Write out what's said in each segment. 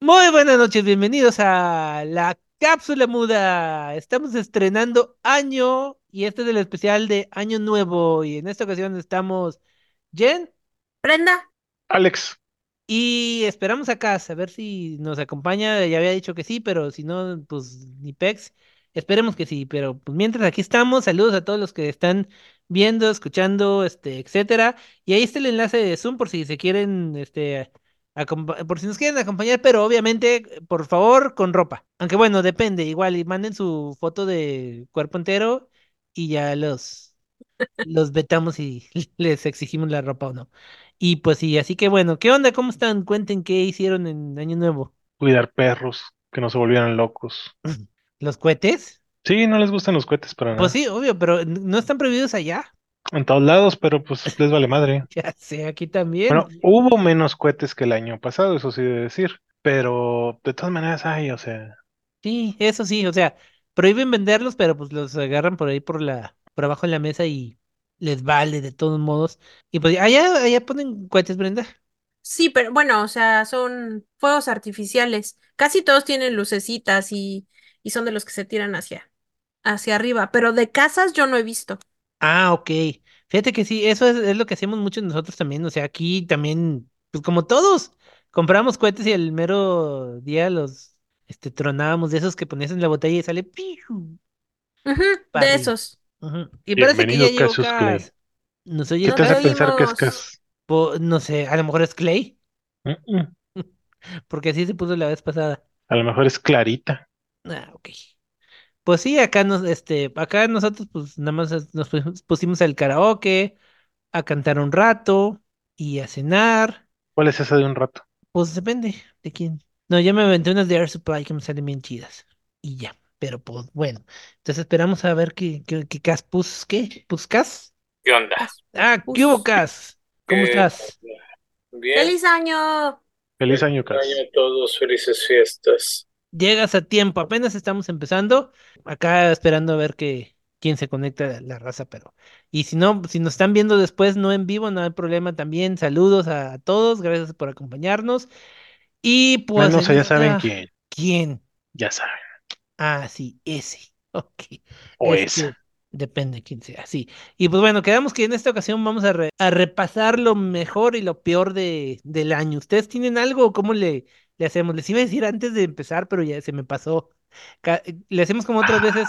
Muy buenas noches, bienvenidos a la cápsula muda. Estamos estrenando año y este es el especial de Año Nuevo y en esta ocasión estamos Jen Prenda. Alex, y esperamos a Cas, a ver si nos acompaña. Ya había dicho que sí, pero si no, pues ni pex. Esperemos que sí, pero pues, mientras aquí estamos, saludos a todos los que están viendo, escuchando, este, etcétera. Y ahí está el enlace de Zoom por si se quieren, este, acompa- por si nos quieren acompañar, pero obviamente, por favor, con ropa. Aunque bueno, depende, igual, y manden su foto de cuerpo entero y ya los, los vetamos y les exigimos la ropa o no. Y pues sí, así que bueno, ¿qué onda? ¿Cómo están? Cuenten qué hicieron en Año Nuevo. cuidar perros, que no se volvieran locos. ¿Los cohetes? Sí, no les gustan los cohetes para nada. Pues sí, obvio, pero n- no están prohibidos allá. En todos lados, pero pues les vale madre. Ya sé, aquí también. Bueno, hubo menos cohetes que el año pasado, eso sí de decir. Pero de todas maneras, ay, o sea, Sí, eso sí, o sea, prohíben venderlos, pero pues los agarran por ahí por la, por abajo de la mesa y les vale de todos modos. Y pues allá, allá ponen cohetes, Brenda. Sí, pero bueno, o sea, son fuegos artificiales. Casi todos tienen lucecitas y, y son de los que se tiran hacia, hacia arriba, pero de casas yo no he visto. Ah, ok. Fíjate que sí, eso es, es lo que hacemos muchos nosotros también. O sea, aquí también, pues como todos, compramos cohetes y el mero día los este, tronábamos de esos que ponías en la botella y sale. ¡piu! Ujú, de Vale. esos. Ujú. Y parece que ya Bienvenido, llegó Cassius Clay. Cas. Nos ¿qué oye No te hace Cas, pensar que es que oímos. es- po- no sé, a lo mejor es Clay, Mm, mm, porque así se puso la vez pasada. A lo mejor es clarita. Ah, ok. Pues sí, acá nos, este, acá nosotros, pues nada más es- nos pu- pusimos al karaoke, a cantar un rato y a cenar. ¿Cuál es esa de un rato? Pues depende de quién. No, ya me aventé unas de Air Supply que me salen bien chidas. Y ya. Pero pues bueno. Entonces esperamos a ver qué, qué, qué Cas pus, ¿qué? ¿Pus Cas? ¿Qué onda? Cas- Ah, Pues, ¿qué hubo, pus. Cas? ¿Cómo Eh, estás? Bien. ¡Feliz año! Feliz año, Feliz Cas. año a todos, felices fiestas. Llegas a tiempo, apenas estamos empezando. Acá esperando a ver que, quién se conecta a la raza, pero. Y si no, si nos están viendo después, no en vivo, no hay problema también. Saludos a, todos, gracias por acompañarnos. Ah, Y pues. Menos en ya saben esta- quién, ¿Quién? ya saben, Ah, sí, ese. Ok. o Este, esa. depende de quién sea, sí. Y pues bueno, quedamos que en esta ocasión vamos a, re- a repasar lo mejor y lo peor de, del año. ¿Ustedes tienen algo o cómo le, le hacemos? Les iba a decir antes de empezar, pero ya se me pasó. Ca- Le hacemos como otras veces.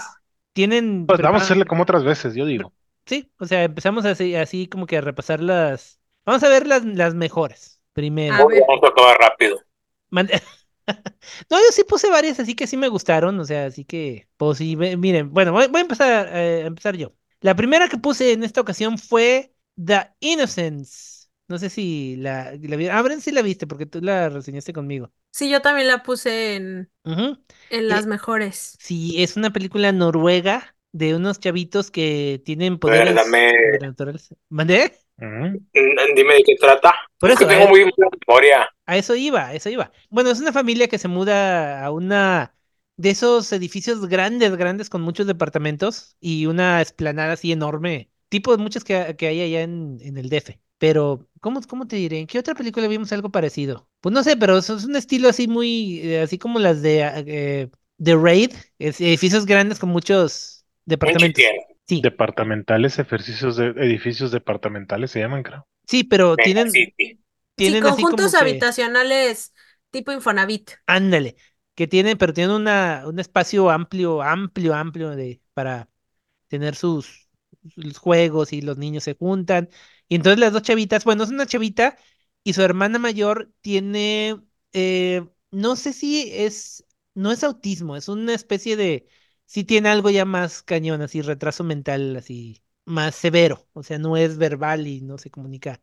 ¿Tienen Ah, Pues vamos a preparado? hacerle como otras veces, yo digo. Sí, o sea, empezamos así, así como que a repasar las. Vamos a ver las, las mejores A primero. ver. Vamos a acabar rápido. Man- No, yo sí puse varias, así que sí me gustaron, o sea, así que, pues sí, ve- miren, bueno, voy, voy a empezar, eh, a empezar yo. La primera que puse en esta ocasión fue The Innocence. No sé si la, la vi- ah, Bren sí la viste porque tú la reseñaste conmigo. Sí, yo también la puse en, Ujú. en las mejores. Sí, es una película noruega de unos chavitos que tienen poderes dame- sobrenaturales. ¿Mandé? Mm, Mm, Dime de qué trata. Por es que eso, tengo eh, muy buena memoria. A eso iba, a eso iba. Bueno, es una familia que se muda a una de esos edificios grandes, grandes, con muchos departamentos y una esplanada así enorme, tipo de muchas que, que hay allá en, en el DF. Pero, ¿cómo, cómo te diré? ¿En qué otra película vimos algo parecido? Pues no sé, pero eso es un estilo así muy, eh, así como las de ah, eh, The Raid, es- edificios grandes con muchos Un departamentos. chitién. Sí, Departamentales, ejercicios de edificios departamentales se llaman, creo. sí, pero Mega tienen, City. Sí, tienen así como conjuntos que... habitacionales tipo Infonavit. Ándale, que tiene, pero tiene una, un espacio amplio, amplio, amplio de, para tener sus, sus juegos y los niños se juntan. Y entonces las dos chavitas, bueno, es una chavita y su hermana mayor tiene, eh, no sé si es, no es autismo, es una especie de, sí tiene algo ya más cañón, así retraso mental, así más severo, o sea, no es verbal y no se comunica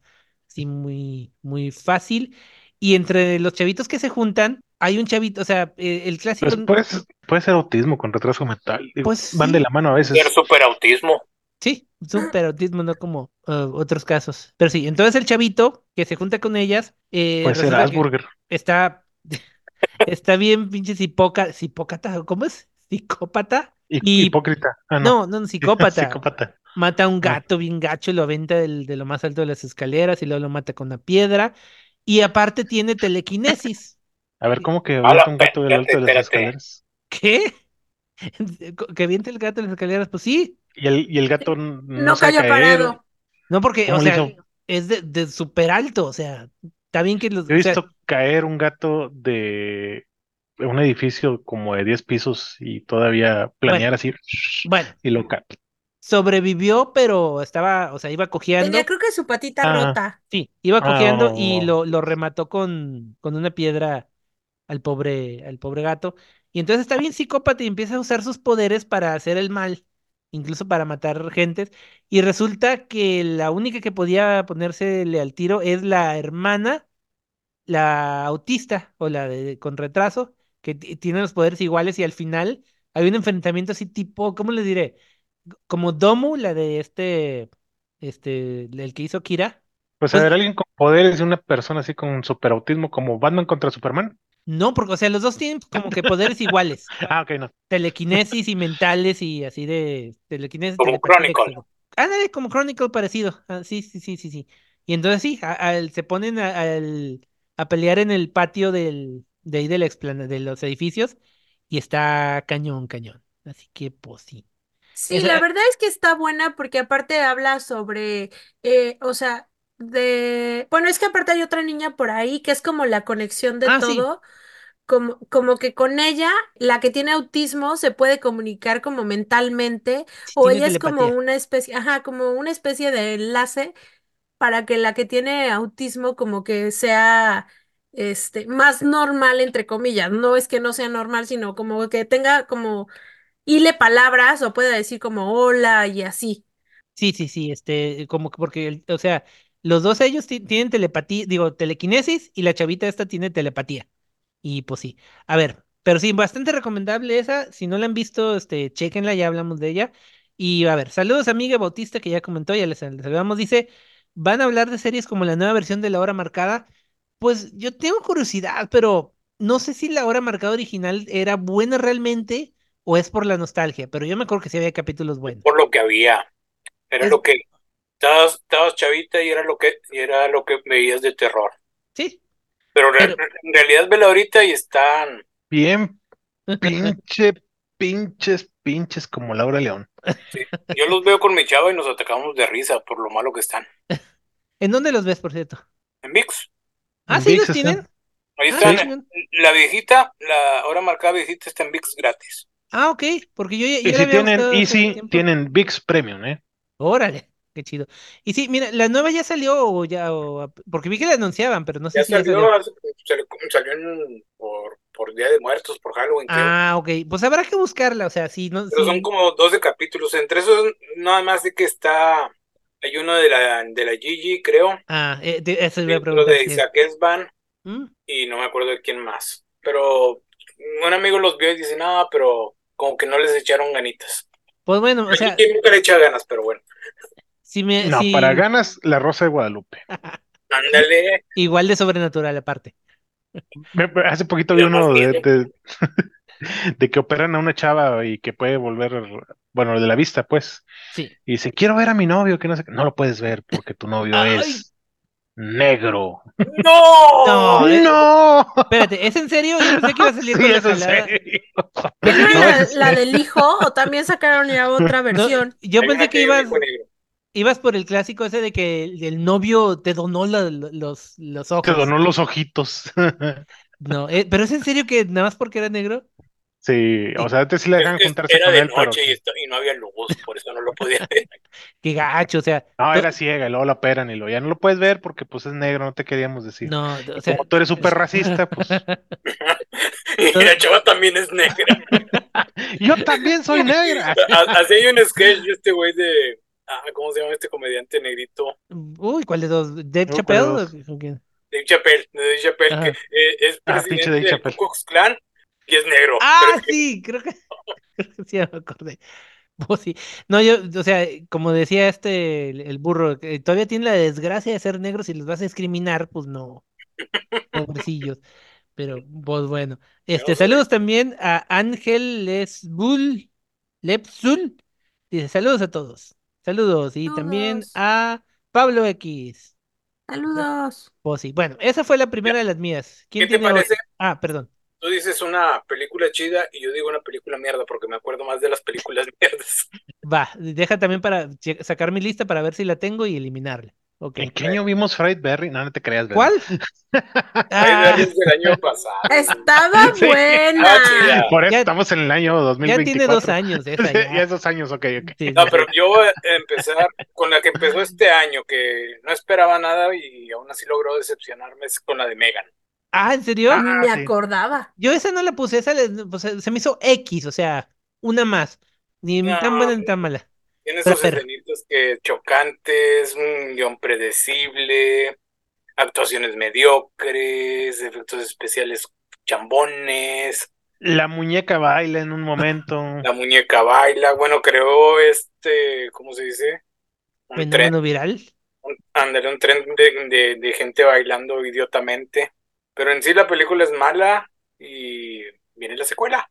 así muy, muy fácil. Y entre los chavitos que se juntan, hay un chavito, o sea, eh, el clásico, Pues puedes- puede ser autismo con retraso mental. digo, pues van de sí. la mano a veces. Ser super autismo. Sí, súper autismo, no como eh, otros casos. Pero sí, entonces el chavito que se junta con ellas, eh, Puede ser resulta que Asperger. está, está bien pinche psicócata, psicócata, ¿cómo es? Psicópata. Hi- Y hipócrita. Ah, no. no, no, no, psicópata. Psicópata. Mata a un Ah. gato bien gacho, lo aventa del- de lo más alto de las escaleras y luego lo mata con una piedra. Y aparte tiene telequinesis. A ver, ¿cómo que la avienta un gato del espérate, alto de las espérate. escaleras? ¿Qué? ¿Que aviente el gato en las escaleras? Pues sí. Y el, y el gato n- No, no, se va a cayó caer. parado. No, porque, o ¿Cómo le sea, hizo? es de, de súper alto. O sea, está bien que los. Yo he o sea, visto caer un gato de un edificio como de 10 pisos y todavía planear así bueno, y lo ca- sobrevivió, pero estaba, o sea, iba cojeando. Tenía creo que su patita Ah. rota. Sí, iba cojeando y Oh. lo, lo remató con, con una piedra al pobre, al pobre gato. Y entonces está bien psicópata y empieza a usar sus poderes para hacer el mal, incluso para matar gentes. Y resulta que la única que podía ponérsele al tiro es la hermana, la autista o la de, con retraso, que ti- tiene los poderes iguales y al final hay un enfrentamiento así tipo, ¿cómo les diré? Como Domu, la de este, este, el que hizo Kira. Pues a Pues- ver, alguien con poderes y una persona así con superautismo como Batman contra Superman. No, porque, o sea, los dos tienen como que poderes iguales. Ah, ok, no. Telequinesis y mentales y así de telequinesis. Como telepatía, Chronicle. etcétera. Ándale, como Chronicle parecido. Ah, sí, sí, sí, sí, sí. Y entonces sí, a- al- se ponen a, al- a pelear en el patio del, de ahí de, la explana- de los edificios y está cañón, cañón. Así que, pues sí. Sí, Esa- la verdad es que está buena porque aparte habla sobre, eh, o sea, de, bueno, es que aparte hay otra niña por ahí que es como la conexión de Ah, sí. todo, como, como que con ella, la que tiene autismo se puede comunicar como mentalmente, Sí, o tiene ella es como telepatía. una especie, ajá, como una especie de enlace para que la que tiene autismo como que sea este más normal entre comillas, no es que no sea normal, sino como que tenga como hile palabras o pueda decir como hola y así. Sí, sí, sí, este, como que porque, el- o sea, los dos ellos ti- tienen telepatía, digo, telequinesis y la chavita esta tiene telepatía. Y pues sí, a ver, pero sí, bastante recomendable esa, si no la han visto, este, chéquenla, ya hablamos de ella. Y a ver, saludos amiga Bautista que ya comentó, ya les les saludamos, dice, van a hablar de series como la nueva versión de La Hora Marcada. Pues yo tengo curiosidad, pero no sé si La Hora Marcada original era buena realmente o es por la nostalgia, pero yo me acuerdo que sí había capítulos buenos. por lo que había. Era Es- lo que estabas, estabas chavita y era lo que y era lo que veías de terror. Sí. Pero, re- Pero- en realidad vela ahorita y están Bien, pinche, pinches, pinches como Laura León. yo los veo con mi chava y nos atacamos de risa por lo malo que están. ¿En dónde los ves, por cierto? En VIX. Ah, En sí, ViX los están. tienen. Ahí Ah, están. chingón. La viejita, la hora marcada viejita está en VIX gratis. Ah, ok, porque yo, ya- yo Y la si había tienen, buscado y hace si tiempo. tienen ViX Premium, ¿eh? Órale, qué chido. Y sí, mira, la nueva ya salió o ya, o ap- porque vi que la anunciaban, pero no sé Ya si ya salió, salió. hace- sal- salió en- por, por Día de Muertos, por Halloween, creo. Ah, ok, pues habrá que buscarla, o sea, si no, Pero son si- como 12 capítulos. Entre esos, nada más de que está. Hay uno de la, de la Gigi, creo. Ah, eh, te- eso iba a Otro preguntar de si es. Isaac Esban. ¿Mm? Y no me acuerdo de quién más. Pero un amigo los vio y dice: Nada, pero como que no les echaron ganitas. Pues bueno, o La sea, Gigi nunca le echa ganas, pero bueno. si me, No, si para ganas, La Rosa de Guadalupe. Ah. Ándale. igual de sobrenatural aparte. Me- me- hace poquito vi Yo más uno de, miedo. de- de que operan a una chava y que puede volver, bueno, de la vista, pues. Sí. Y dice, quiero ver a mi novio, que no sé qué. No lo puedes ver porque tu novio Ay. es negro. ¡No! No, eh, ¡No! espérate, ¿es en serio? Yo pensé que iba a salir Sí, con la es en jalada. serio. ¿Es No, la, es- la del hijo o también sacaron ya otra No, versión? yo Hay pensé una que hay un ibas, hijo negro. ibas por el clásico ese de que el, el novio te donó la- lo- los, los Te ojos. donó los ojitos. No, eh, pero es en serio que nada más porque era negro. Sí, o sea, antes sí la Es dejaban que juntarse era con de él, pero noche y, esto- y no había luz, por eso no lo podía ver. Qué gacho, o sea, no, to- era ciega, y luego la operan y lo ya no lo puedes ver porque pues es negro, no te queríamos decir. no, o Y sea, como tú eres súper racista, pues Y la chava también es negra. yo también soy negra. Ha- Así hay un sketch de este güey de. ah, ¿Cómo se llama este comediante negrito? uy, ¿cuál de dos? ¿Dave No, Chappelle? ¿cuál de ¿O qué- qué? Dave Chappelle. de Dave Chappelle, Ajá. que eh, es Ah, pinche presidente Dave del Ku Chappelle. Klux Klan y es negro. Ah, Pero es sí, creo que, creo que sí, ya me acordé. Pues sí. No, yo, o sea, como decía este, el, el burro, que todavía tiene la desgracia de ser negro, si los vas a discriminar, pues no, pobrecillos. Pero, pues bueno. Este, sé. saludos también a Ángel Lesbul, Lepsul. Dice, saludos a todos. Saludos. Y también Saludos. a Pablo X. Saludos. Pues sí. Bueno, esa fue la primera de las mías. ¿Qué ¿Quién te tiene otra? parece? Ah, perdón. Tú dices una película chida y yo digo una película mierda porque me acuerdo más de las películas mierdas. Va, deja también para che- sacar mi lista para ver si la tengo y eliminarla. Ok. ¿En qué año vimos Fred Berry? No, no te creas, ¿verdad? ¿Cuál? Ah, Ay, del año pasado. Estaba Sí. buena. Ah, chida. Por eso Ya- estamos en el año ya 2024. tiene dos años esa ya. Ya es dos años, ok, ok. Sí, No, ya. pero yo voy a empezar con la que empezó este año, que no esperaba nada y aún así logró decepcionarme es con la de Megan. Ah, ¿en serio? Ah, Ni me sí. acordaba. Yo esa no la puse, esa le- pues, se se me hizo X, o sea, una más. Ni No, tan buena ni hombre. tan mala. Tiene esos Pero- escenitos que chocantes, un guión predecible, actuaciones mediocres, efectos especiales chambones, La muñeca baila en un momento. la muñeca baila, bueno, creó este, ¿cómo se dice? Un tren, Fenómeno viral. un, ándale, un tren de, de- de gente bailando idiotamente. Pero en sí la película es mala y viene la secuela.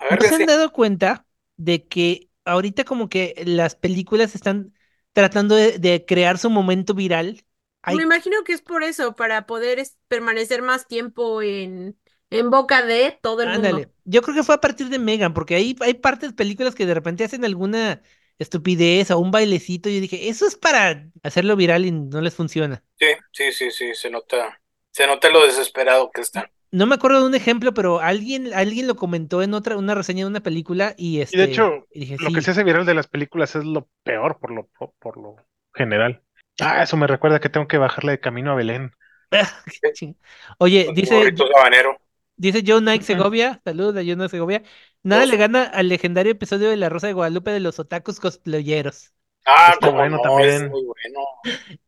¿No se Agárrese. han dado cuenta de que ahorita como que las películas están tratando de, de crear su momento viral? Hay- Me imagino que es por eso, para poder es- permanecer más tiempo en, en boca de todo el mundo. ándale. Yo creo que fue a partir de Megan, porque hay, hay partes películas que de repente hacen alguna estupidez o un bailecito y yo dije, eso es para hacerlo viral y no les funciona. Sí, sí, sí, sí, se nota, se nota lo desesperado que están. No me acuerdo de un ejemplo, pero alguien, alguien lo comentó en otra, una reseña de una película y Y de este, hecho, y dije, lo que sí, se hace viral de las películas es lo peor por lo, por, por lo general. Ah, eso me recuerda que tengo que bajarle de camino a Belén. ching- Ah, Oye, Con tu Eh, dice, gorrito sabanero. dice Joe Nike Ujú. Segovia, saludos a Joe Nike Segovia, nada le Dos. gana al legendario episodio de La Rosa de Guadalupe de los otakus cosplayeros. Ah, Está cómo bueno no, también. es muy bueno.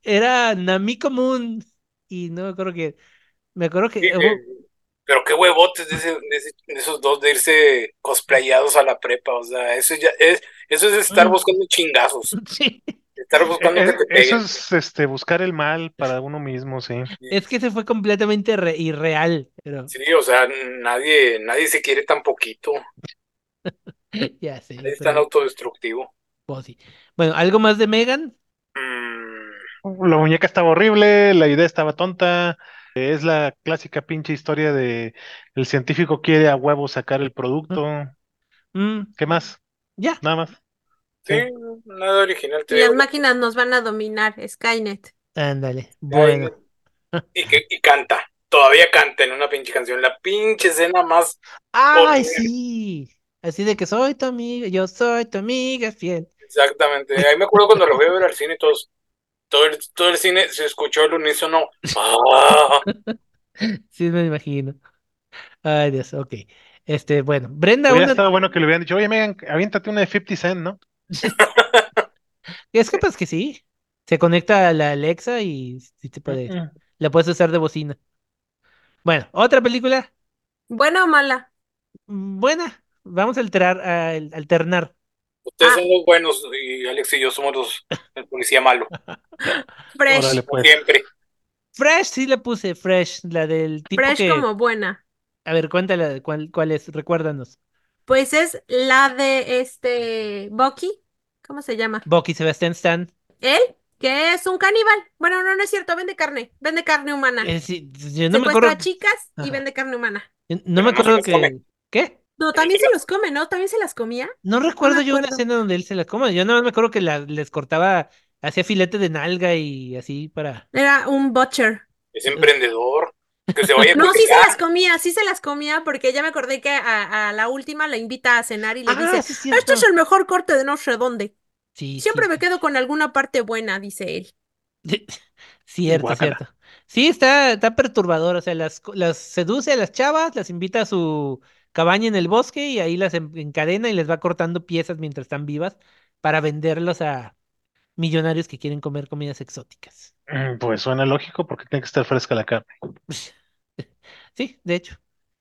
Era Namiko Moon y no me acuerdo que, me acuerdo que Sí, hubo- que- pero qué huevotes de, ese- de ese- de esos dos de irse cosplayados a la prepa, o sea, eso ya es, eso es estar Mm. buscando chingazos, sí, estar buscando Eh, que te eh, eso peguen. es este, buscar el mal para uno mismo, sí. es que se fue completamente re- irreal, pero Sí, o sea, nadie, nadie se quiere tan poquito, ya sé, nadie es tan pero, autodestructivo. pues, sí. Bueno, algo más de Megan, Mm, La muñeca estaba horrible, la idea estaba tonta. eh, Es la clásica pinche historia de el científico quiere a huevo sacar el producto. Mm, ¿Qué más? ya. Nada más. sí, Sí. nada original, te Y las digo. máquinas nos van a dominar, Skynet. Ándale, bueno. Y, que, y canta, todavía canta en una pinche canción, la pinche escena más, ¡Ay, Porque- sí! Así de que soy tu amiga, yo soy tu amiga fiel. exactamente, ahí me acuerdo cuando lo voy a ver al cine, todos, todo el, todo el cine se escuchó el unísono, ah, Sí, me imagino. Ay, Dios, ok. Este, bueno, Brenda, Hubiera una- estado bueno que le hubieran dicho, oye, Megan, aviéntate una de 50 Cent, ¿no? es capaz que sí. Se conecta a la Alexa y sí te puede, Mm, la puedes usar de bocina. Bueno, otra película ¿Buena o mala? mm, buena. Vamos a alterar, a al- alternar. Ustedes Ah. son los buenos y Alex y yo somos los el policía malo, Fresh, Órale, como pues. siempre. Fresh, sí la puse, Fresh, la del tipo fresh que. como buena. A ver, cuéntala cuál, cuál es, recuérdanos. Pues es la de este Bucky, ¿cómo se llama? Bucky Sebastian Stan. Él, que es un caníbal. Bueno, no, no es cierto, vende carne, vende carne humana. Eh, sí, yo no me Secuestra a acuerdo. chicas y Ajá. vende carne humana. Yo No me Pero no se acuerdo las come. que. ¿Qué? No, también se los come, ¿no? ¿También se las comía? No recuerdo yo una acuerdo. escena donde él se las coma. Yo nada más me acuerdo que la- les cortaba, hacía filete de nalga y así para. Era un butcher. Es emprendedor, que se vaya a No, sí se cotizar. las comía, sí se las comía, porque ya me acordé que a, a la última la invita a cenar y le Ah, dice, sí, es este cierto. es el mejor corte de no sé dónde. Sí, Siempre sí, me quedo con alguna parte buena, dice él. sí. Cierto, Guácala. cierto. Sí, está, está perturbador. O sea, las, co- las seduce a las chavas, las invita a su cabaña en el bosque y ahí las en- encadena y les va cortando piezas mientras están vivas para venderlos a millonarios que quieren comer comidas exóticas. Mm, Pues suena lógico porque tiene que estar fresca la carne. Sí, de hecho.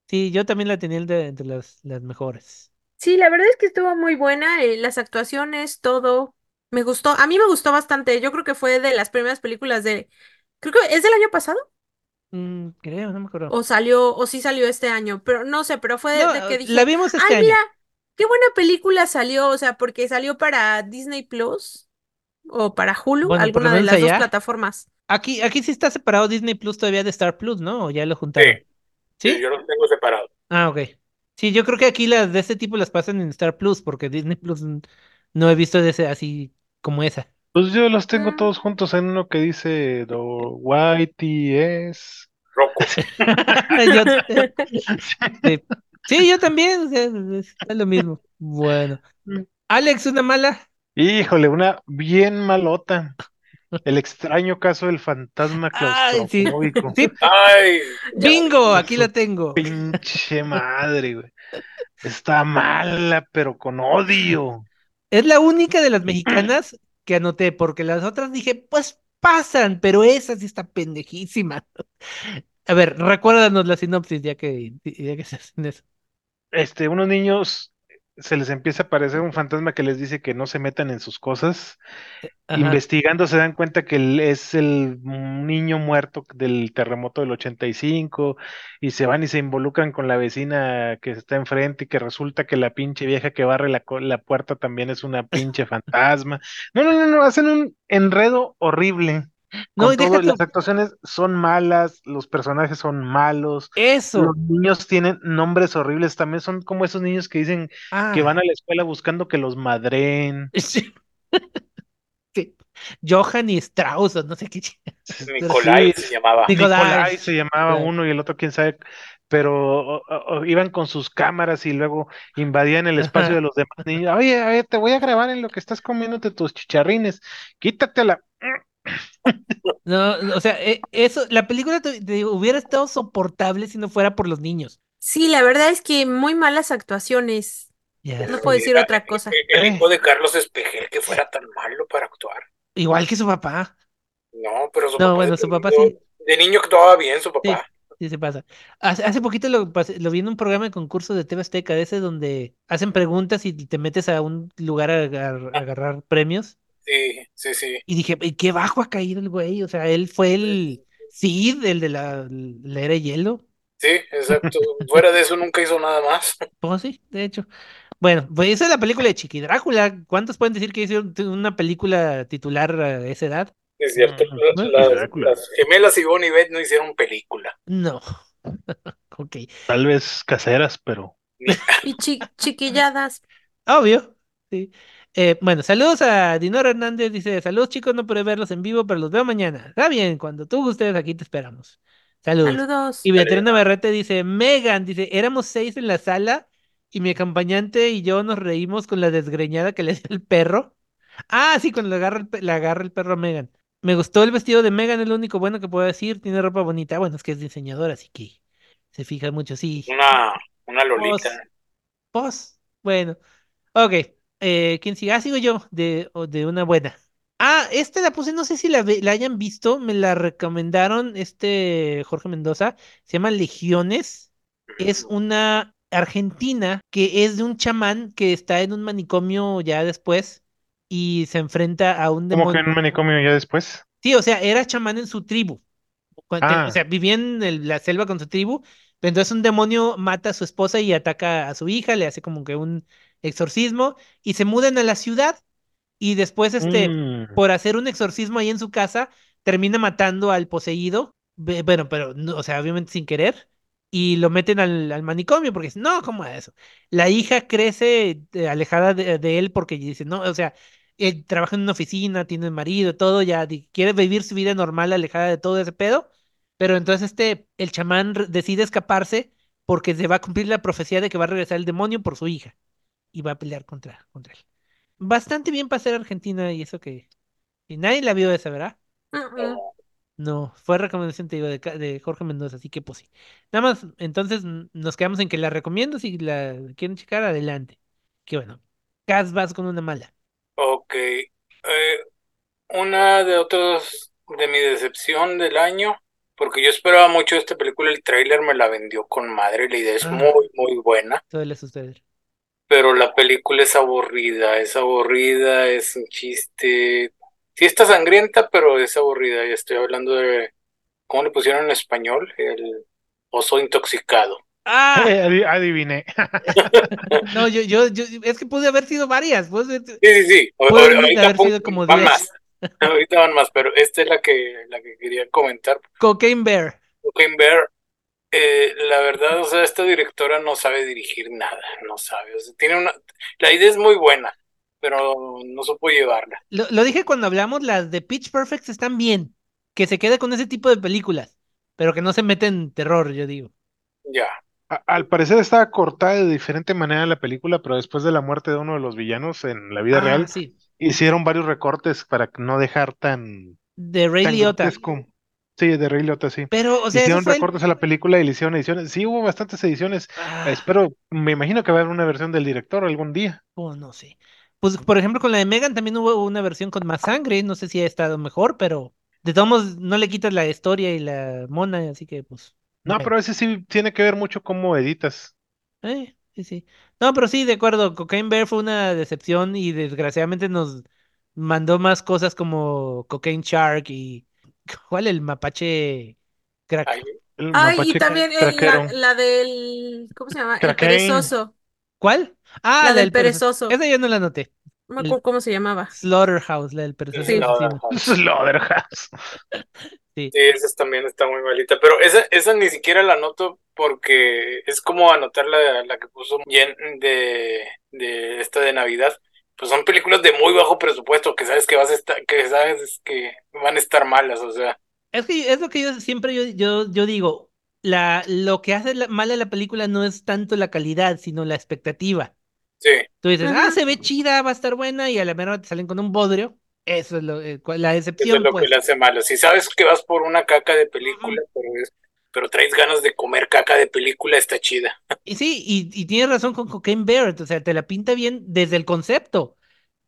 Sí, yo también la tenía de- entre las, las mejores. Sí, la verdad es que estuvo muy buena, eh, las actuaciones, todo. Me gustó, a mí me gustó bastante. Yo creo que fue de las primeras películas de, creo que es del año pasado Mm, creo, no me acuerdo. o salió o sí salió este año, pero no sé, pero fue de, No, de que dije, la vimos este ay, año. mira, qué buena película salió, o sea, porque salió para Disney Plus o para Hulu, Bueno, por lo alguna de menos las dos allá. plataformas. Aquí, aquí sí está separado Disney Plus todavía de Star Plus, ¿no? ¿O ya lo juntaron? Sí, ¿Sí? Yo los tengo separados. Ah, ok. Sí, yo creo que aquí las de este tipo las pasan en Star Plus, porque Disney Plus n- no he visto de ese, así como esa. Pues yo los Ah. tengo Mm. todos juntos en uno que dice Do YTS. Rocco. Yo- sí. Sí, yo también, o sea, es es lo mismo. Bueno. Alex, una mala. Híjole, una bien malota. El extraño caso del fantasma Ay, sí. claustrofóbico. Sí, Ay, bingo, aquí la tengo. Pinche madre, güey. Está mala, pero con odio. Es la única de las mexicanas que anoté, porque las otras dije, pues pasan, pero esa sí está pendejísima. A ver, recuérdanos la sinopsis ya que, ya que se hacen eso. Este, unos niños se les empieza a aparecer un fantasma que les dice que no se metan en sus cosas. Ajá. Investigando se dan cuenta que el- es el niño muerto del terremoto del 85 y se van y se involucran con la vecina que está enfrente y que resulta que la pinche vieja que barre la, co- la puerta también es una pinche fantasma. No, no, no, no, hacen un enredo horrible. No, con y todo, deja tú- las actuaciones son malas, los personajes son malos, Eso. los niños tienen nombres horribles, también son como esos niños que dicen que Ah. van a la escuela buscando que los madreen. Sí. Sí. Johann y Strauss, o no sé qué. ch- Nicolai Sí, se llamaba. Nic- Nicolás. Nicolás se llamaba Nicolás. uno y el otro quién sabe, pero o- o- o iban con sus cámaras y luego invadían el espacio Ajá. de los demás niños. Oye, oye, te voy a grabar en lo que estás comiéndote tus chicharrines. Quítatela. No, no, o sea, e- eso, la película te- te hubiera estado soportable si no fuera por los niños. Sí, la verdad es que muy malas actuaciones. Ya. No puedo decir Era otra cosa. El Eh. el hijo de Carlos Espejel que fuera tan malo para actuar. Igual que su papá. No, pero su No, papá. bueno, de su papá niño- sí. De niño actuaba bien su papá. Sí, se pasa. Hace, hace poquito lo, pasé- lo vi en un programa de concurso de TV Azteca, de ese donde hacen preguntas y te metes a un lugar a, agar- a agarrar premios. Sí, sí, sí. Y dije, "Ey, qué bajo ha caído el güey. O sea, él fue el Cid, el de la, la era de hielo. Sí, exacto. Fuera de eso nunca hizo nada más. Pues sí, de hecho. Bueno, pues esa es la película de Chiqui Drácula. ¿Cuántos pueden decir que hicieron tu- una película titular a esa edad? Es cierto. Mm, las- bueno, las, Drácula. las gemelas Ivonne y Beth no hicieron película. No. Ok. Tal vez caseras, pero Y chi- chiquilladas. Obvio. Sí. Eh, bueno, saludos a Dinora Hernández. Dice, saludos chicos, no pude verlos en vivo, pero los veo mañana. Está bien, cuando tú gustes, aquí te esperamos. Saludos. Saludos. Y Beatriana Barrete dice, Megan, dice, éramos seis en la sala y mi acompañante y yo nos reímos con la desgreñada que le dio el perro. Ah, sí, cuando le agarra el, pe- le agarra el perro a Megan. Me gustó el vestido de Megan, es lo único bueno que puedo decir. Tiene ropa bonita. Bueno, es que es diseñadora, así que se fija mucho, sí. Una, una Pues, lolita. pues, bueno. Ok. Eh, ¿quién sigue? Ah, sigo yo de, o de una buena. Ah, esta la puse, no sé si la, ve- la hayan visto, me la recomendaron este Jorge Mendoza. Se llama Legiones. Es una argentina que es de un chamán que está en un manicomio ya después y se enfrenta a un como demonio. que en un manicomio ya después. Sí, o sea, era chamán en su tribu. Cu- te- Ah. O sea, vivía en el- la selva con su tribu. pero Entonces un demonio mata a su esposa y ataca a su hija, le hace como que un exorcismo y se mudan a la ciudad y después, este, Mm, por hacer un exorcismo ahí en su casa, termina matando al poseído. Ve- Bueno, pero, no, o sea, obviamente sin querer. Y lo meten al, al manicomio porque dicen, no, ¿cómo es eso? La hija crece eh, alejada de, de él porque dice, no, o sea, él trabaja en una oficina, tiene marido, todo, ya di- quiere vivir su vida normal alejada de todo ese pedo. Pero entonces este, el chamán re- decide escaparse porque se va a cumplir la profecía de que va a regresar el demonio por su hija y va a pelear contra, contra él. Bastante bien para ser Argentina y eso que... Y nadie la vio esa, ¿verdad? Mm-mm. No, fue recomendación, te digo, de, Ca- de Jorge Mendoza, así que pues sí. Nada más, entonces mm, nos quedamos en que la recomiendo, si la quieren checar, adelante. Que bueno, Cas vas con una mala. Ok. Eh, una de otras de mi decepción del año, porque yo esperaba mucho esta película, el tráiler me la vendió con madre, la idea es Ah. muy, muy buena, Suele suceder. pero la película es aburrida, es aburrida, es un chiste. Sí está sangrienta, pero es aburrida. Y estoy hablando de, ¿cómo le pusieron en español? El oso intoxicado. ¡Ah! eh, adi- adiviné. No, yo, yo, yo, es que pude haber sido varias. puede ser- Sí, sí, sí. Pueden Ahorita haber sido pum, como van 10. más. Ahorita van más, pero esta es la que, la que quería comentar. Cocaine Bear. Cocaine Bear, eh, la verdad, o sea, esta directora no sabe dirigir nada, no sabe. O sea, tiene una, la idea es muy buena, pero no supo llevarla. Lo, lo dije cuando hablamos, las de Pitch Perfect están bien. Que se quede con ese tipo de películas, pero que no se mete en terror, yo digo. Ya. A- al parecer estaba cortada de diferente manera la película, pero después de la muerte de uno de los villanos en la vida Ah, real, sí. hicieron varios recortes para no dejar tan, De Ray tan Liotta. grotesco. Sí, de Ray Liotta, sí. Pero, o sea, ese Hicieron fue el- recortes a la película y le hicieron ediciones. Sí, hubo bastantes ediciones. Ah, Espero, me imagino que va a haber una versión del director algún día. oh, no sé. Pues, por ejemplo, con la de Megan también hubo una versión con más sangre. No sé si ha estado mejor, pero de todos modos no le quitas la historia y la mona, así que pues. No, ok. pero ese sí tiene que ver mucho cómo editas. Eh, sí, sí. No, pero sí, de acuerdo. Cocaine Bear fue una decepción y desgraciadamente nos mandó más cosas como Cocaine Shark y. ¿Cuál? El mapache crack. Ay, El Ah, Ay, mapache y también eh, traquero. la, la del, ¿cómo se llama? El Traquein. perezoso. ¿Cuál? Ah, La la del del perso- perezoso. Esa yo no la noté. No me acuerdo cómo se llamaba. Slaughterhouse, la del perezoso Sí. asesino. Slaughterhouse. Sí, esa también está muy malita, pero esa, esa ni siquiera la anoto porque es como anotar la, la que puso Jen de, de esta de Navidad. Pues son películas de muy bajo presupuesto que sabes que vas a estar, que sabes que van a estar malas, o sea, Es que es lo que yo siempre yo, yo, yo digo, la, lo que hace la- mala la película no es tanto la calidad, sino la expectativa. sí, Tú dices, ah, Ajá. se ve chida, va a estar buena, y a la mera te salen con un bodrio. Eso es lo, eh, cu- la eso es decepción, lo pues. que la hace mala. Si sabes que vas por una caca de película, pero, es- pero traes ganas de comer caca de película, está chida. Y sí, y, y tienes razón con Cocaine Bear, o sea, te la pinta bien desde el concepto,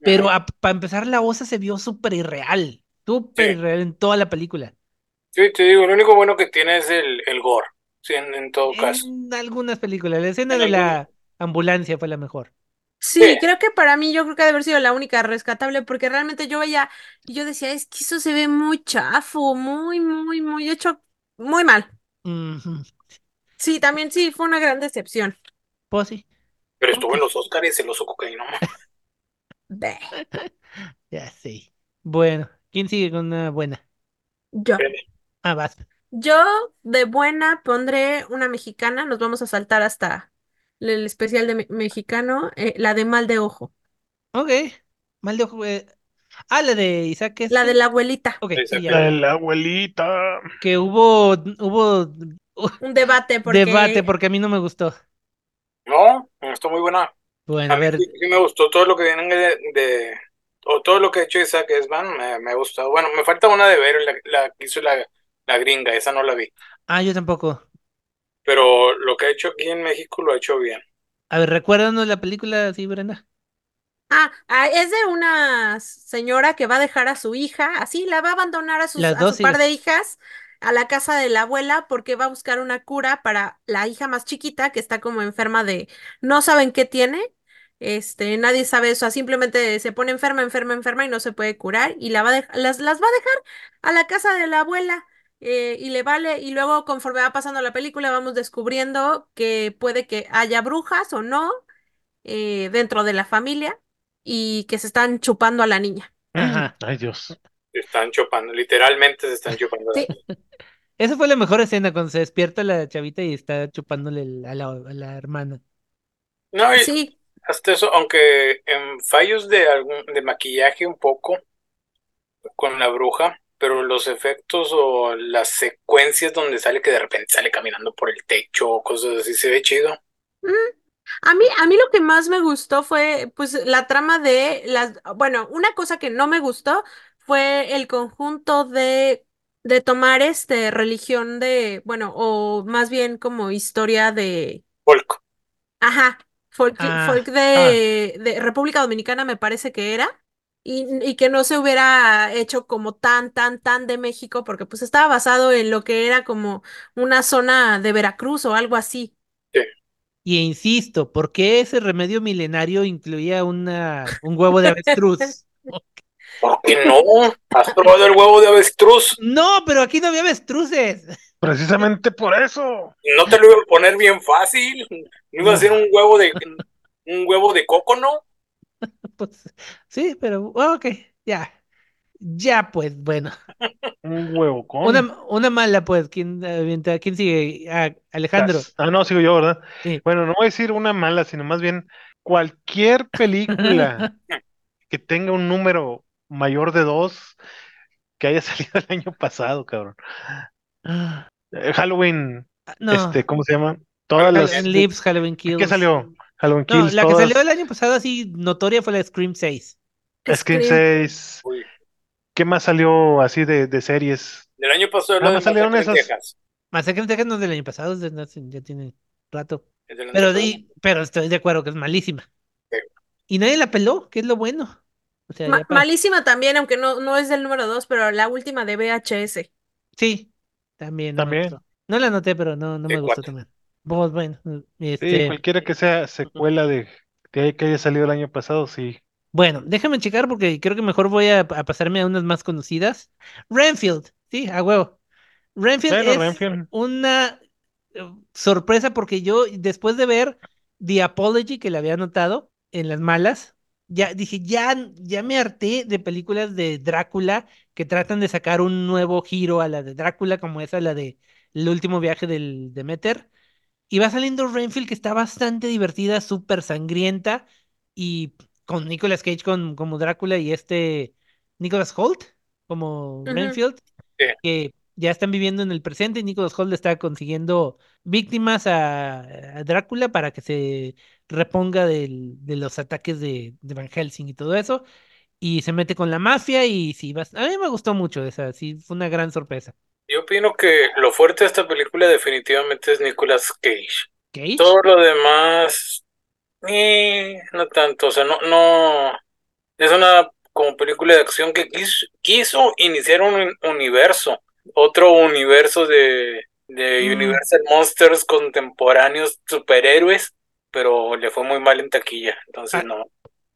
pero para empezar la osa se vio súper irreal, súper Sí. irreal en toda la película. Sí, te digo, lo único bueno que tiene es el, el gore, sí, en, en todo caso. En algunas películas, la escena En de la algunas. ambulancia fue la mejor. Sí, Sí. creo que para mí yo creo que ha de haber sido la única rescatable porque realmente yo veía y yo decía, es que eso se ve muy chafo, muy, muy, muy hecho, muy mal. Ujú, Sí, también sí, fue una gran decepción. Pues sí, Pero estuvo en los Oscars el oso cocaíno. Bleh. ya sí. Bueno, ¿quién sigue con una buena? Yo, Ah, vas. yo de buena pondré una mexicana, nos vamos a saltar hasta el especial de me- mexicano, eh, la de Mal de Ojo, Ok, mal de ojo. eh, Ah, la de Isaac. la de este. la abuelita, Ok, Isaac. sí, ya. La de la abuelita. Que hubo, hubo un debate porque... debate porque a mí no me gustó. No, está muy buena. Bueno, A Ah, a mí ver, sí, sí me gustó todo lo que vienen de, de- o todo lo que ha hecho Isaac Esban, me, me ha gustado. Bueno, me falta una de ver, la, la que hizo la, la gringa, esa no la vi. ah, yo tampoco. Pero lo que ha hecho aquí en México lo ha hecho bien. A ver, recuérdanos la película, sí, Brenda. Ah, ah, es de una señora que va a dejar a su hija, así la va a abandonar a sus, Las a dos su par hijas. de hijas a la casa de la abuela porque va a buscar una cura para la hija más chiquita que está como enferma de, no saben qué tiene, este, nadie sabe eso, simplemente se pone enferma, enferma, enferma y no se puede curar y la va a dej- las, las va a dejar a la casa de la abuela eh, y le vale, y luego conforme va pasando la película vamos descubriendo que puede que haya brujas o no eh, dentro de la familia y que se están chupando a la niña. Ajá. Ay, Dios. Se están chupando, literalmente se están chupando. Sí, Esa fue la mejor escena cuando se despierta la chavita y está chupándole el- a la, a la hermana. No, y sí, hasta eso, aunque en fallos de algún, de maquillaje un poco con la bruja, pero los efectos o las secuencias donde sale que de repente sale caminando por el techo o cosas así, se ve chido. Mm. A mí, a mí lo que más me gustó fue, pues, la trama de las, bueno, una cosa que no me gustó fue el conjunto de, de tomar este religión de, bueno, o más bien como historia de, Polco. Ajá, folk, Ah, folk de, de República Dominicana me parece que era, y, y que no se hubiera hecho como tan, tan, tan de México, porque pues estaba basado en lo que era como una zona de Veracruz o algo así. Y e insisto, ¿por qué ese remedio milenario incluía una, un huevo de avestruz? ¿Por qué no? ¿Has probado el huevo de avestruz? No, pero aquí no había avestruces. Precisamente por eso. No te lo iba a poner bien fácil. No iba a ser un huevo de un huevo de coco, ¿no? Pues, sí, pero ah, ok, ya. Ya, pues, bueno. Un huevo con. Una, una mala, pues. ¿Quién, avienta? ¿Quién sigue? Ah, Alejandro. Ah, no, sigo yo, ¿verdad? Sí. Bueno, no voy a decir una mala, sino más bien cualquier película que tenga un número mayor de dos que haya salido el año pasado, cabrón. Ah, Eh, Halloween, No. este, ¿cómo se llama? Todas las. Halloween Lives, Halloween Kills. ¿Qué salió? Halloween No, Kills, la que todas, salió el año pasado así notoria fue la de Scream 6. Scream. Scream 6. Uy. ¿Qué más salió así de, de series? Del año pasado era Nada de más salieron Masacre en esas- Texas. Masacre en Texas no es del año pasado, es de hace- ya tiene rato. El del año Pero, pasado. di- pero estoy de acuerdo que es malísima. Sí. Y nadie la peló, que es lo bueno. O sea, Ma- ya para- malísima también, aunque no, no es del número dos, pero la última de VHS. Sí, también. No me También. gustó. No la anoté, pero no, no Sí, me gustó cuate. también. Pues bueno, Sí, este, cualquiera que sea secuela de, de que haya salido el año pasado, sí. bueno, déjame checar porque creo que mejor voy a, a pasarme a unas más conocidas. Renfield, sí, a huevo. Renfield Bueno, es Renfield. una eh, sorpresa porque yo, después de ver The Apology que le había anotado en las malas, ya dije, ya, ya me harté de películas de Drácula que tratan de sacar un nuevo giro a la de Drácula, como esa, la de El último viaje del Demeter. Y va saliendo Renfield, que está bastante divertida, súper sangrienta, y con Nicolas Cage con, como Drácula y este Nicolas Holt como Ujú. Renfield, Sí. que ya están viviendo en el presente y Nicolas Holt está consiguiendo víctimas a, a Drácula para que se reponga del- de los ataques de, de Van Helsing y todo eso. Y se mete con la mafia y sí, bas- a mí me gustó mucho esa, sí, fue una gran sorpresa. Yo opino que lo fuerte de esta película definitivamente es Nicolas Cage. Cage, Todo lo demás, eh, no tanto, o sea, no, no, es una como película de acción que quiso, quiso iniciar un un universo, otro universo de, de Mm. Universal Monsters contemporáneos, superhéroes, pero le fue muy mal en taquilla, entonces Ah. no,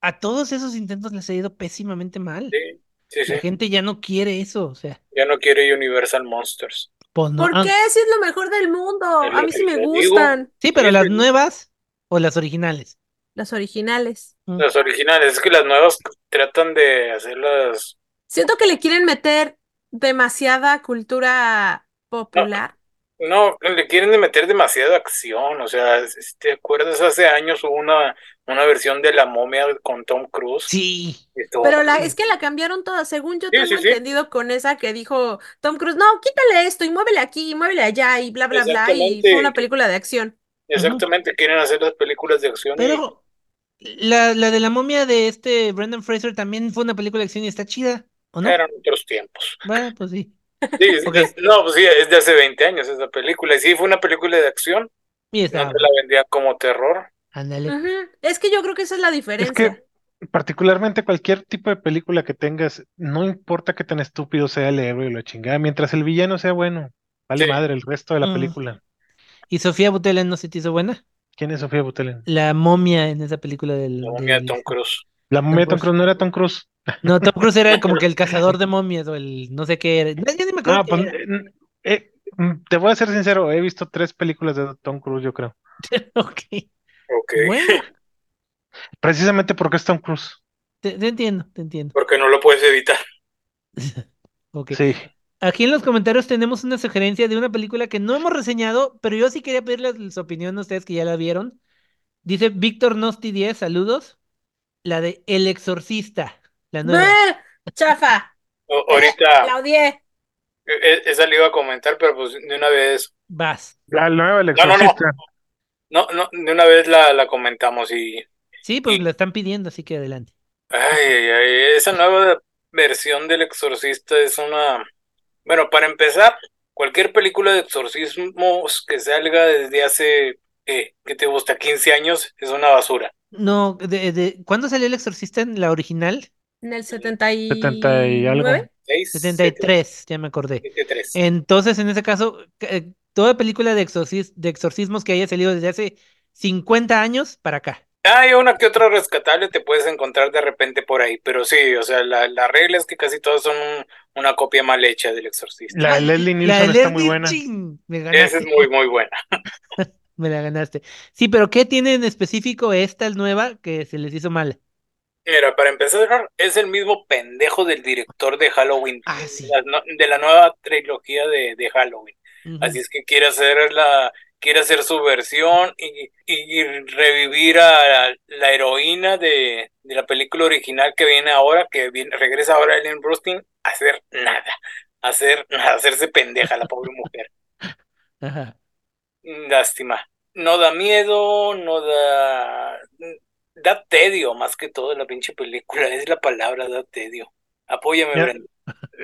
a todos esos intentos les ha ido pésimamente mal. sí, sí, La sí, gente ya no quiere eso, o sea, ya no quiere Universal Monsters. pues no. ¿Por ah, qué? Si es lo mejor del mundo. Es A lo mí que sí me yo digo. gustan Sí, pero las Siempre- nuevas o las originales. las originales. Mm. Las originales, es que las nuevas tratan de hacerlas Siento que le quieren meter demasiada Ah, cultura popular. No, le quieren meter demasiada acción, o sea, si ¿te acuerdas? Hace años hubo una, una versión de La Momia con Tom Cruise. Sí, y estuvo Pero la, muy- es que la cambiaron toda, según yo Sí, tengo sí, sí. entendido con esa que dijo Tom Cruise, no, quítale esto y muévele aquí y muévele allá y bla, bla, bla, y fue una Exactamente. película de acción. Exactamente, quieren hacer las películas de acción y pero la, la de la momia de este Brendan Fraser también fue una película de acción y está chida, ¿o no? eran otros tiempos. Bueno, pues sí. Sí, sí, Ok. es- no, pues sí, es de hace 20 años esa película. Y sí, fue una película de acción, Y no está. te la vendían como terror. Ándale. Ujú. Es que yo creo que esa es la Es diferencia. que particularmente cualquier tipo de película que tengas, no importa que tan estúpido sea el héroe y la chingada, mientras el villano sea bueno, vale Sí. madre el resto de la Ujú. película. ¿Y Sofía Butela no se te hizo buena? ¿Quién es Sofía Butelen? La momia en esa película del. La Momia de del- Tom Cruise. La momia de Tom Cruise. Cruise no pues, era Tom Cruise. No, Tom Cruise era como que el cazador de momias o el no sé qué era. No, ya ni me acuerdo Ah, qué pues, era. eh, n- eh, mm, te voy a ser sincero, he visto tres películas de Tom Cruise, yo creo. Ok. Ok, Bueno, Precisamente porque es Tom Cruise. te, te entiendo, te entiendo. porque no lo puedes evitar. Ok. Sí. Aquí en los comentarios tenemos una sugerencia de una película que no hemos reseñado, pero yo sí quería pedirles su opinión a ustedes que ya la vieron. Dice Víctor Nosti 10, saludos. La de El Exorcista, la nueva. ¡Bleh! ¡Chafa! O- Pues, ahorita La odié. he, he salido a comentar, pero pues de una vez. Vas. La nueva El No, no, no. Exorcista. No, no, de una vez la, la comentamos y... Sí, pues Sí. la están pidiendo, así que adelante. Ay, ay, ay, esa nueva versión del exorcista es una... Bueno, para empezar, cualquier película de exorcismos que salga desde hace, eh, ¿qué te gusta? 15 años, es una basura. No, de, de- ¿cuándo salió El Exorcista en la original? En el 79. 70 y algo. 6, 73, ya me acordé. 73. Eh. Entonces, en ese caso, eh, toda película de, exorcis- de exorcismos que haya salido desde hace 50 años para acá. Hay una que otra rescatable te puedes encontrar de repente por ahí, pero sí, o sea, la, la regla es que casi todas son un- una copia mal hecha del exorcista. La Ay, de Leslie Ah, la de Nielsen está muy Leslie, buena. chin, me Esa es ganaste. muy, muy buena. Me la ganaste. Sí, pero ¿qué tiene en específico esta nueva que se les hizo mala? Mira, para empezar, es el mismo pendejo del director de Halloween, Ah, sí. de la, de la nueva trilogía de, de Halloween. Ujú. Así es que quiere hacer la, quiere hacer su versión y, y revivir a la heroína de, de la película original que viene ahora, que viene, regresa ahora Ellen Burstyn, a hacer nada, a hacer nada, a hacerse pendeja la pobre mujer. Ajá. Lástima. No da miedo, no da... Da tedio, más que todo, la pinche película. Es la palabra, da tedio. Apóyame, Ya- Brenda.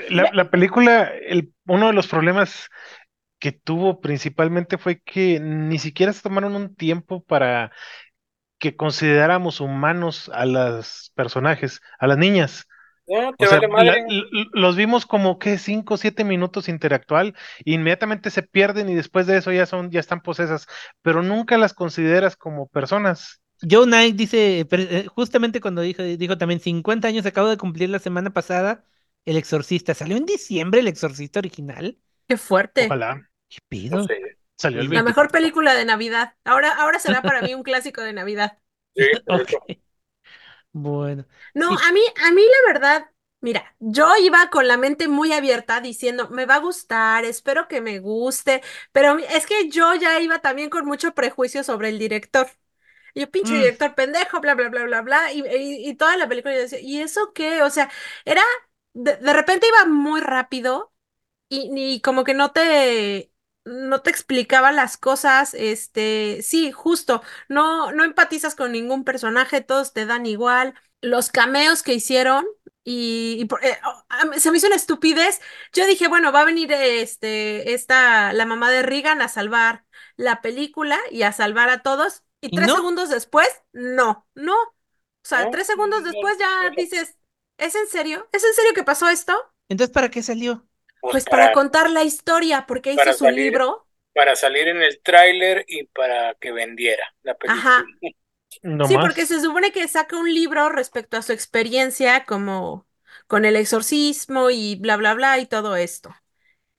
La, la película, el, uno de los problemas que tuvo principalmente fue que ni siquiera se tomaron un tiempo para que consideráramos humanos a las personajes, a las niñas. No, O Ah, te sea, vale la- madre. l- l- los vimos como que 5 o 7 minutos interactual, inmediatamente se pierden y después de eso ya son, ya están posesas, pero nunca las consideras como personas. Joe Knight dice, pre- eh, justamente cuando dijo, dijo también 50 años, acabo de cumplir la semana pasada El Exorcista. ¿Salió en diciembre El Exorcista original? Qué fuerte. Ojalá. ¿Qué pedo? No sé. Salió el La 20. mejor película de Navidad. Ahora, ahora será para mí un clásico de Navidad. Sí, Ok. Bueno, No, Sí. a mí, a mí la verdad, mira, yo iba con la mente muy abierta diciendo, me va a gustar, espero que me guste, pero mi- es que yo ya iba también con mucho prejuicio sobre el director. Y Yo, pinche Mm. director pendejo, bla, bla, bla, bla, bla, y, y- y toda la película yo decía, ¿y eso qué? O sea, era, de, de repente iba muy rápido y, y como que no te, no te explicaba las cosas, este, sí, justo, no, no empatizas con ningún personaje, todos te dan igual los cameos que hicieron y, y por- eh, oh, a mí- se me hizo una estupidez. Yo dije, bueno, va a venir eh, este, esta, la mamá de Regan a salvar la película y a salvar a todos. Y ¿Y tres no? segundos después, no, no. O sea, No, tres segundos no, después no, ya no. dices, ¿es en serio? ¿Es en serio que pasó esto? entonces, ¿para qué salió? Pues Pues para, para contar la historia, porque hizo para su salir. libro. para salir en el tráiler y para que vendiera la película. Ajá. No Sí, más. porque se supone que saca un libro respecto a su experiencia como con el exorcismo y bla bla bla y todo esto.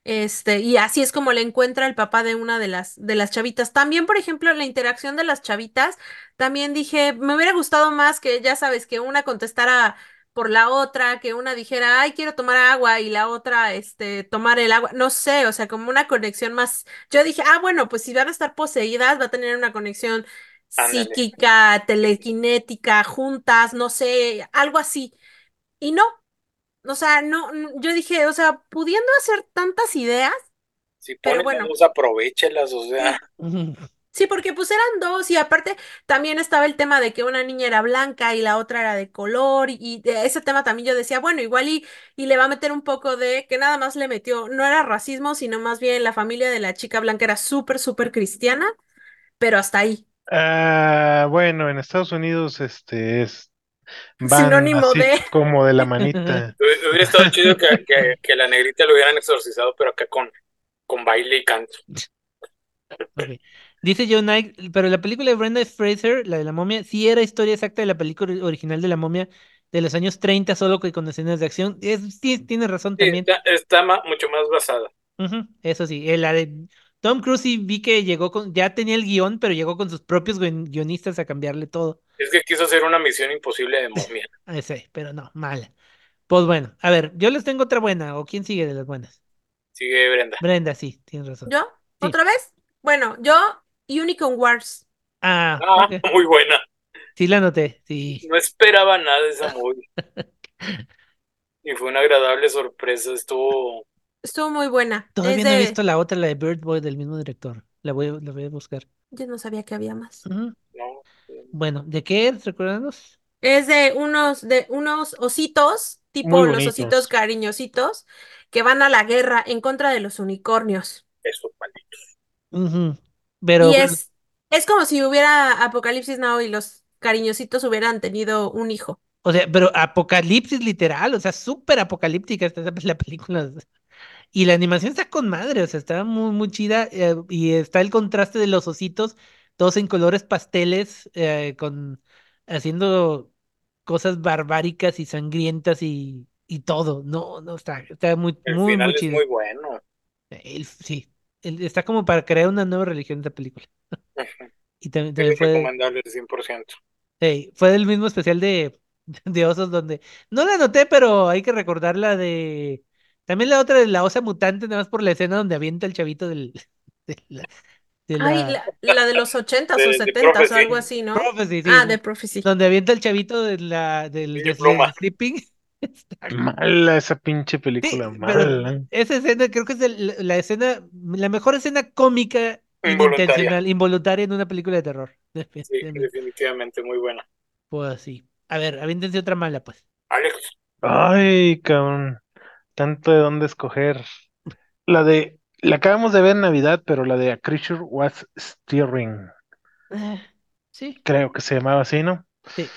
Este, y así es como le encuentra el papá de una de las de las chavitas. También, por ejemplo, la interacción de las chavitas, también dije, me hubiera gustado más que ya sabes que una contestara por la otra, que una dijera, "Ay, quiero tomar agua" y la otra este tomar el agua. No sé, o sea, como una conexión más. Yo dije, "Ah, bueno, pues si van a estar poseídas, va a tener una conexión Ándale. psíquica, telequinética, juntas, no sé, algo así." Y no, o sea, no, n- yo dije, o sea, pudiendo hacer tantas ideas, Si Pero pones bueno. la luz, aprovechalas, o sea, Ujú. sí, porque pues eran dos y aparte también estaba el tema de que una niña era blanca y la otra era de color y de ese tema también yo decía, bueno, igual y, y le va a meter un poco de que nada más le metió, no era racismo, sino más bien la familia de la chica blanca era súper, súper cristiana, pero hasta ahí. Ah, bueno, en Estados Unidos este es van Sinónimo así de- como de la manita. hu- hubiera estado chido que, que, que la negrita lo hubieran exorcizado, pero acá con, con baile y canto. Ok. Dice Joe Knight, pero la película de Brenda Fraser, la de la momia, sí era historia exacta de la película ori- original de la momia de los años 30, solo que con escenas de acción. Es, sí, tiene razón Sí, también. está, está ma- mucho más basada. Ujú, Eso sí, eh, la de Tom Cruise sí vi que llegó con, ya tenía el guión, pero llegó con sus propios guion- guionistas a cambiarle todo. Es que quiso hacer una misión imposible de momia. Ah, sí, pero no, mala. Pues bueno, a ver, yo les tengo otra buena, o quién sigue de las buenas. Sigue Brenda. Brenda, sí, tienes razón. ¿Yo? ¿Otra vez? Bueno, yo, Unicorn Wars. Ah, Ah, ok. muy buena. Sí la noté, sí. No esperaba nada de esa movie. Y fue una agradable sorpresa. Estuvo. Estuvo muy buena. Todavía Es no he de- visto la otra, la de Bird Boy del mismo director. La voy, a- la voy a buscar. Yo no sabía que había más. Ujú. No, Bueno, ¿de qué es? Recuérdanos. Es de unos, de unos ositos, tipo Muy los bonitos. ositos cariñositos, que van a la guerra en contra de los unicornios. eso, maldito. Ujú. Pero y bueno, es, es como si hubiera Apocalipsis Now y los cariñositos hubieran tenido un hijo. o sea, pero apocalipsis literal, o sea, súper apocalíptica está esa- la película. Y la animación está con madre, o sea, está muy, muy chida. eh, y está el contraste de los ositos, todos en colores pasteles, eh, con haciendo cosas barbáricas y sangrientas y, y todo. No, no, está, está muy, El muy, muy final es chida. muy bueno. El- sí, el- está como para crear una nueva religión esta película. Ujú. Y también, Es también fue, recomendable 100%. ey, fue del mismo especial de, de osos donde. No la noté, pero hay que recordar la de. También la otra de la osa mutante, nada más por la escena donde avienta el chavito del. de la- de Ay, la- la, la de los ochentas De- o de setentas o Prophecy. algo así, ¿no? Prophecy, sí, Ah, sí. de Prophecy. Donde avienta el chavito de la, del Sí, de- pluma. del sleeping. Está- Mala esa pinche película, Sí, pero- mala. Esa escena creo que es el- la, la escena, la mejor escena cómica Involuntaria. inintencional, involuntaria en una película de terror. Sí, Definitivamente. definitivamente, muy buena. Pues sí. A ver, aviéntense otra mala, pues. Alex, Ay, cabrón. Tanto de dónde escoger. La de. La acabamos de ver en Navidad, pero la de A Creature Was Steering. Ah, Sí. Creo que se llamaba así, ¿no? Sí.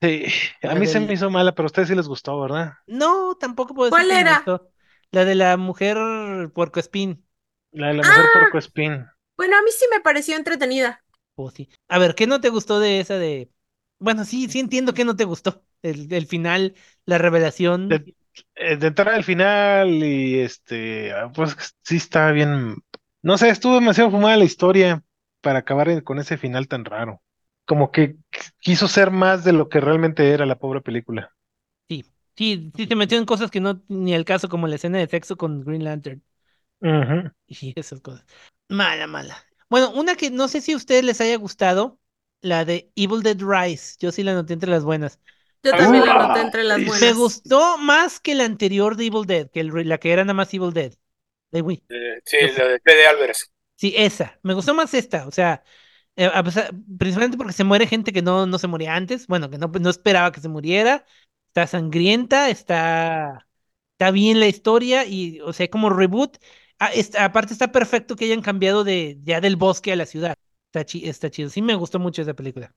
Sí. A La mí se del- me hizo mala, pero a ustedes sí les gustó, ¿verdad? No, tampoco puedo decir ¿Cuál que me era? gustó. La de la mujer puercoespín. La ¡Ah! de la mujer puercoespín. Bueno, a mí sí me pareció entretenida. Pues sí. A ver, ¿qué no te gustó de esa de...? Bueno, sí, sí entiendo que no te gustó. El, el final, la revelación. De- eh, de entrar al final y este, ah, pues sí estaba bien, no sé, estuvo demasiado fumada la historia para acabar en- con ese final tan raro. Como que qu- quiso ser más de lo que realmente era la pobre película. Sí, sí se metió en cosas que no, ni al caso, como la escena de sexo con Green Lantern. Ujú. Y esas cosas. Mala, mala. Bueno, una que no sé si a ustedes les haya gustado, la de Evil Dead Rise. Yo sí la noté entre las buenas. Yo Ah, también la uh, noté entre las me Me buenas. gustó más que la anterior de Evil Dead, que el re- la que era nada más Evil Dead. De Wii. eh, sí, la de Fede Álvarez. Sí, esa. Me gustó más esta. O sea, eh, a pesar- principalmente porque se muere gente que no, no se moría antes. Bueno, que no, no esperaba que se muriera. Está sangrienta, está, está bien la historia y, o sea, como reboot. Ah, es- aparte está perfecto que hayan cambiado de ya del bosque a la ciudad. Está, chi- está chido. Sí, me gustó mucho esa película.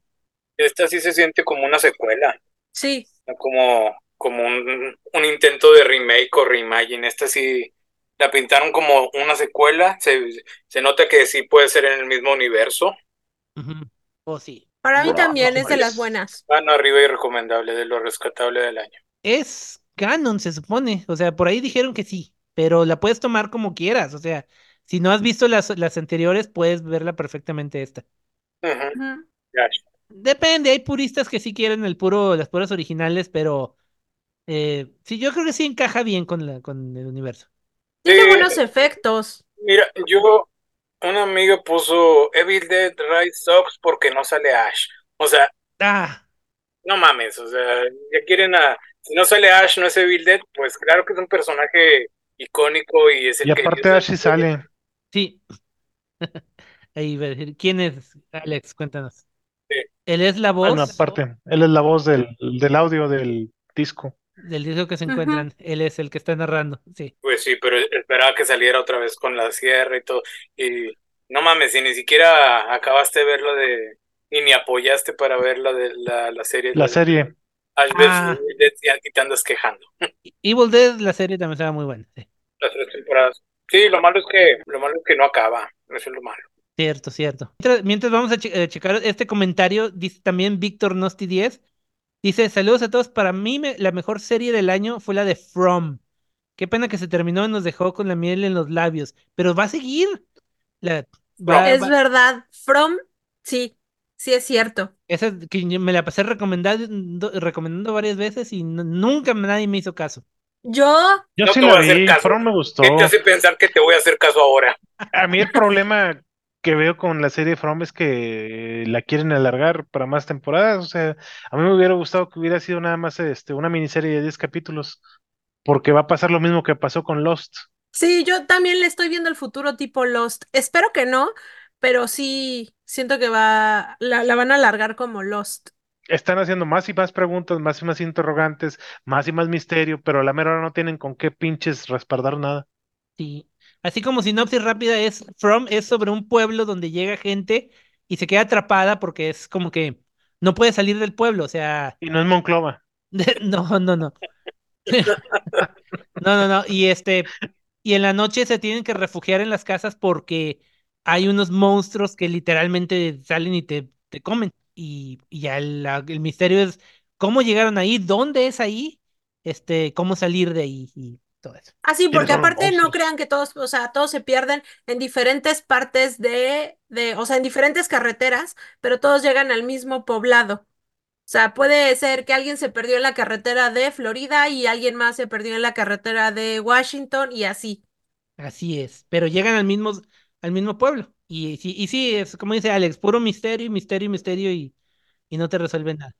Esta sí se siente como una secuela, Sí, no como, como un, un intento de remake o reimagine. Esta sí la pintaron como una secuela. Se, se nota que sí puede ser en el mismo universo. Ujú. Oh, sí. para mí Wow, también es de las es- buenas. Mano Ah, arriba y recomendable de lo rescatable del año. Es canon, se supone. O sea, por ahí dijeron que sí, pero la puedes tomar como quieras. O sea, si no has visto las, las anteriores, puedes verla perfectamente esta. Ujú. Ujú. Depende, hay puristas que sí quieren el puro, las puras originales, pero eh, sí, yo creo que sí encaja bien con la, con el universo. Tiene Sí. buenos efectos. Mira, yo, una amiga puso Evil Dead Rise Sox porque no sale Ash. O sea, Ah, no mames, o sea, ya quieren a... Si no sale Ash, no es Evil Dead, pues claro que es un personaje icónico y es el Y que... aparte Ash sí sale. sí. Ahí va a decir, ¿quién es Alex? Cuéntanos. Sí. Él es la Bueno, voz Ah, aparte, él es la voz del, del audio del disco. del disco que se Ujú. encuentran, él es el que está narrando, sí. Pues sí, pero esperaba que saliera otra vez con la sierra y todo. Y no mames, si ni siquiera acabaste de ver la de... Y ni apoyaste para ver la de la, la serie. La de serie. Ash Ah. versus Evil Dead y aquí te andas quejando. Evil Dead, la serie también estaba muy buena, sí. Las tres temporadas. Sí, lo malo es que, lo malo es que no acaba. Eso es lo malo. Cierto, cierto. Mientras, mientras vamos a che- eh, checar este comentario, dice también Víctor Nosti 10. Dice, saludos a todos. Para mí me- la mejor serie del año fue la de From. Qué pena que se terminó y nos dejó con la miel en los labios. Pero va a seguir. La, va- Es va- verdad. From, sí, sí es cierto. esa es que yo me la pasé recomendando, recomendando varias veces y nu- nunca nadie me hizo caso. Yo, Yo No sí te la voy a hacer vi, caso. Este From me gustó. ¿Qué te hace pensar que te voy a hacer caso ahora? A mí el problema que veo con la serie From es que la quieren alargar para más temporadas. O sea, a mí me hubiera gustado que hubiera sido nada más este, una miniserie de 10 capítulos, porque va a pasar lo mismo que pasó con Lost. sí, yo también le estoy viendo el futuro tipo Lost. Espero que no, pero sí siento que va, la, la van a alargar como Lost. Están haciendo más y más preguntas, más y más interrogantes, más y más misterio, pero a la mera hora no tienen con qué pinches respaldar nada. Sí. Así como sinopsis rápida es, From es sobre un pueblo donde llega gente y se queda atrapada porque es como que no puede salir del pueblo. O sea, Y no es Monclova. no, no, no. No, no, no. Y este, y en la noche se tienen que refugiar en las casas porque hay unos monstruos que literalmente salen y te, te comen. Y, y ya el, la- el misterio es cómo llegaron ahí, dónde es ahí, este, cómo salir de ahí y todo eso. Así, ¿Quiénes Ah, porque son los aparte no monstruos? crean que todos, o sea, todos se pierden en diferentes partes de, de, o sea, en diferentes carreteras, pero todos llegan al mismo poblado. O sea, puede ser que alguien se perdió en la carretera de Florida y alguien más se perdió en la carretera de Washington y así. Así es, pero llegan al mismo, al mismo pueblo. Y, sí, y sí, es como dice Alex, puro misterio y misterio y misterio y, y no te resuelven nada.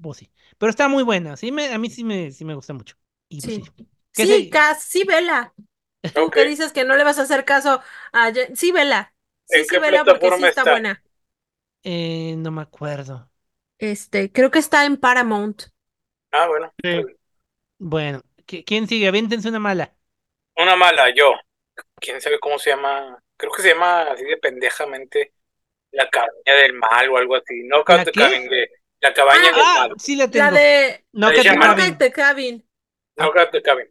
Pues sí. Pero está muy buena, sí me, a mí sí me, sí me gusta mucho. Y pues Sí. sí. ¿Qué Sí, se- casi vela. Tú que Ok. dices que no le vas a hacer caso a Ye- Sí, vela. Sí, ¿En sí, qué vela porque sí plataforma está está? buena. Eh, no me acuerdo. Este, creo que está en Paramount. Ah, bueno. Sí. Bueno, ¿qui- ¿quién sigue? Aviéntense una mala. Una mala, yo. ¿Quién sabe cómo se llama? Creo que se llama así de pendejamente la cabaña del mal o algo así. No, ¿La Cat- qué? Cabin de- la cabaña del Ah, mal. sí la La tengo. de No, la que de te Shyamalan. caben. Rocket the Cabin. No, Cat- the Cabin.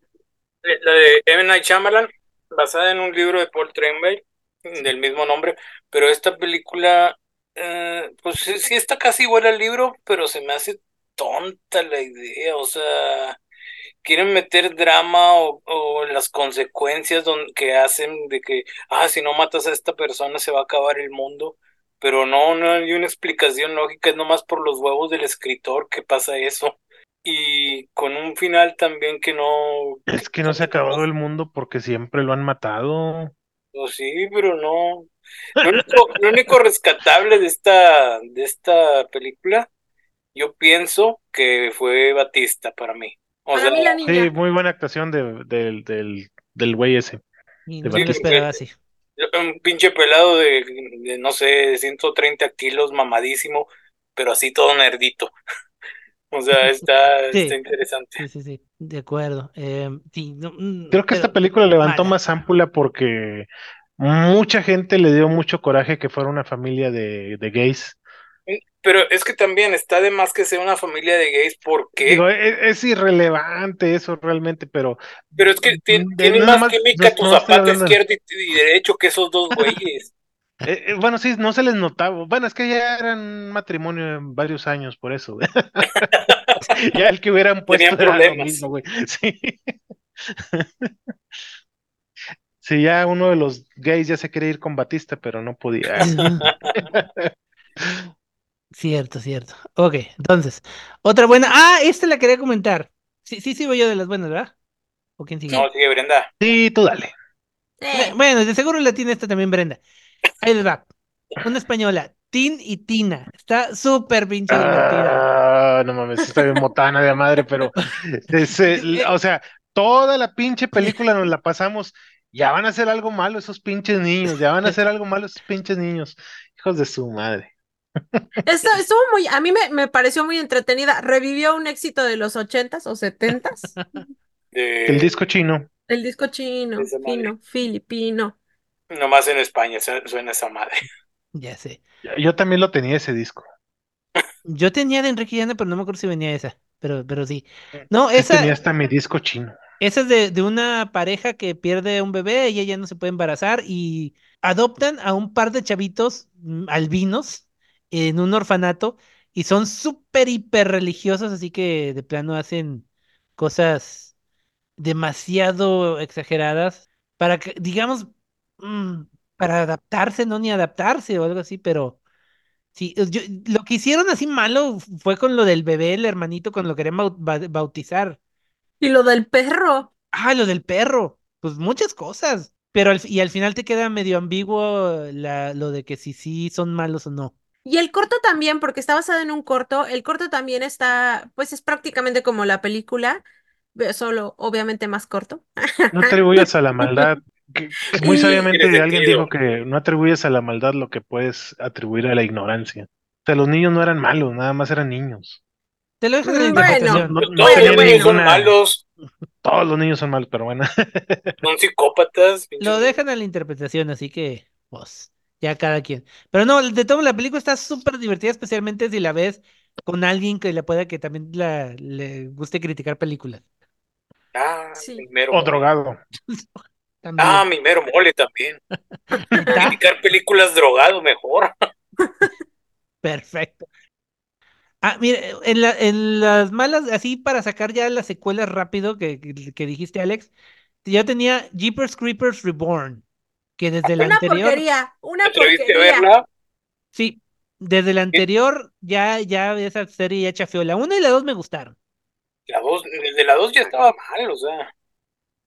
Eh, La de M. Night Shyamalan, basada en un libro de Paul Tremblay, del mismo nombre, pero esta película, eh, pues sí, sí está casi igual al libro, pero se me hace tonta la idea, o sea, quieren meter drama o, o las consecuencias don- que hacen de que, ah, si no matas a esta persona se va a acabar el mundo, pero no, no hay una explicación lógica, es nomás por los huevos del escritor que pasa eso. Y con un final también que no, Es que no se ha acabado el mundo porque siempre lo han matado. pues sí, pero no. Lo único, lo único rescatable de esta, de esta película, yo pienso que fue Batista para mí. O Para sea, mí la Sí, niña. muy buena actuación de- del, del, del güey ese. Y de no me lo Batista. esperaba así. un pinche pelado de, de, no sé, 130 kilos, mamadísimo, pero así todo nerdito. O sea, está, Sí. está Sí, interesante. sí, sí, de acuerdo. Em, sí, no, mm, Creo que esta pero- película levantó mala. más ámpula porque mucha gente le dio mucho coraje que fuera una familia de, de gays. Pero es que también está de más que sea una familia de gays porque... Digo, e- e- es, irrelevante eso realmente, pero Pero es que ti- de- tienen nada más más- química no- tu no estoy zapato hablando- izquierdo y, y derecho que esos dos güeyes. eh, eh, bueno, sí, no se les notaba. Bueno, es que ya eran un matrimonio en varios años, por eso. Ya el que hubieran puesto Tenían era lo problemas. mismo, güey. Sí. Sí, ya uno de los gays ya se quería ir con Batista, pero no podía. Cierto, cierto. Ok, entonces, otra buena. Ah, esta la quería comentar. Sí, sí, sigo yo de las buenas, ¿verdad? ¿O quién sigue? No, sigue Brenda. Sí, tú dale. Eh, Eh, Bueno, de seguro la tiene esta también, Brenda. Ahí les va. Una española, Tin y Tina. Está súper pinche divertida. Ah, no mames, está bien motana de madre, pero ese, o sea, toda la pinche película nos la pasamos. Ya van a hacer algo malo esos pinches niños, ya van a hacer algo malo esos pinches niños. Hijos de su madre. esto- estuvo muy, a mí me, me pareció muy entretenida. Revivió un éxito de los ochentas o setentas. De- El disco chino. El disco chino, Esa madre. fino, filipino. Nomás en España su- suena esa madre. Ya sé. Yo también lo tenía ese disco. Yo tenía de Enrique Llana, pero no me acuerdo si venía esa. Pero, pero sí. No, esa. Tenía hasta mi disco chino. Esa es de, de una pareja que pierde un bebé, ella ya no se puede embarazar y adoptan a un par de chavitos mm, albinos en un orfanato y son súper hiper religiosos, así que de plano hacen cosas demasiado exageradas para que, digamos, mm, para adaptarse, no ni adaptarse o algo así, pero sí, es- yo- lo que hicieron así malo fue con lo del bebé, el hermanito, cuando lo querían bau- ba- bautizar. Y lo del perro. Ah, lo del perro. Pues muchas cosas. Pero al, y al final te queda medio ambiguo la, lo de que si sí son malos o no. Y el corto también, porque está basado en un corto, el corto también está, pues es prácticamente como la película, ve- solo obviamente más corto. No atribuyas a la maldad. que- que muy Y- sabiamente Tiene alguien sentido. dijo que no atribuyes a la maldad lo que puedes atribuir a la ignorancia. O sea, los niños no eran malos, nada más eran niños. Te lo dejas en la Bueno. interpretación. No, no Todos los tenían güeyes son ninguna- malos, Todos los niños son malos, pero bueno. son psicópatas. pinches- Lo dejan a la interpretación, así que, pues, ya cada quien. Pero no, de todo, la película está súper divertida, especialmente si la ves con alguien que la pueda, que también la, le guste criticar películas. Ah, Sí. mi mero O mole. drogado. También. Ah, mi mero mole también. Está Criticar películas drogado mejor. Perfecto. Ah, mire, en la- en las malas, así para sacar ya las secuelas rápido que, que- que dijiste, Alex, yo tenía Jeepers Creepers Reborn, que desde la Una anterior, porquería, ¿Te una atreviste a porquería. verla? sí, Desde la anterior, ya, ya esa serie ya chafeó. La 1 y la 2 me gustaron. La dos, el de la 2 ya estaba mal, o sea.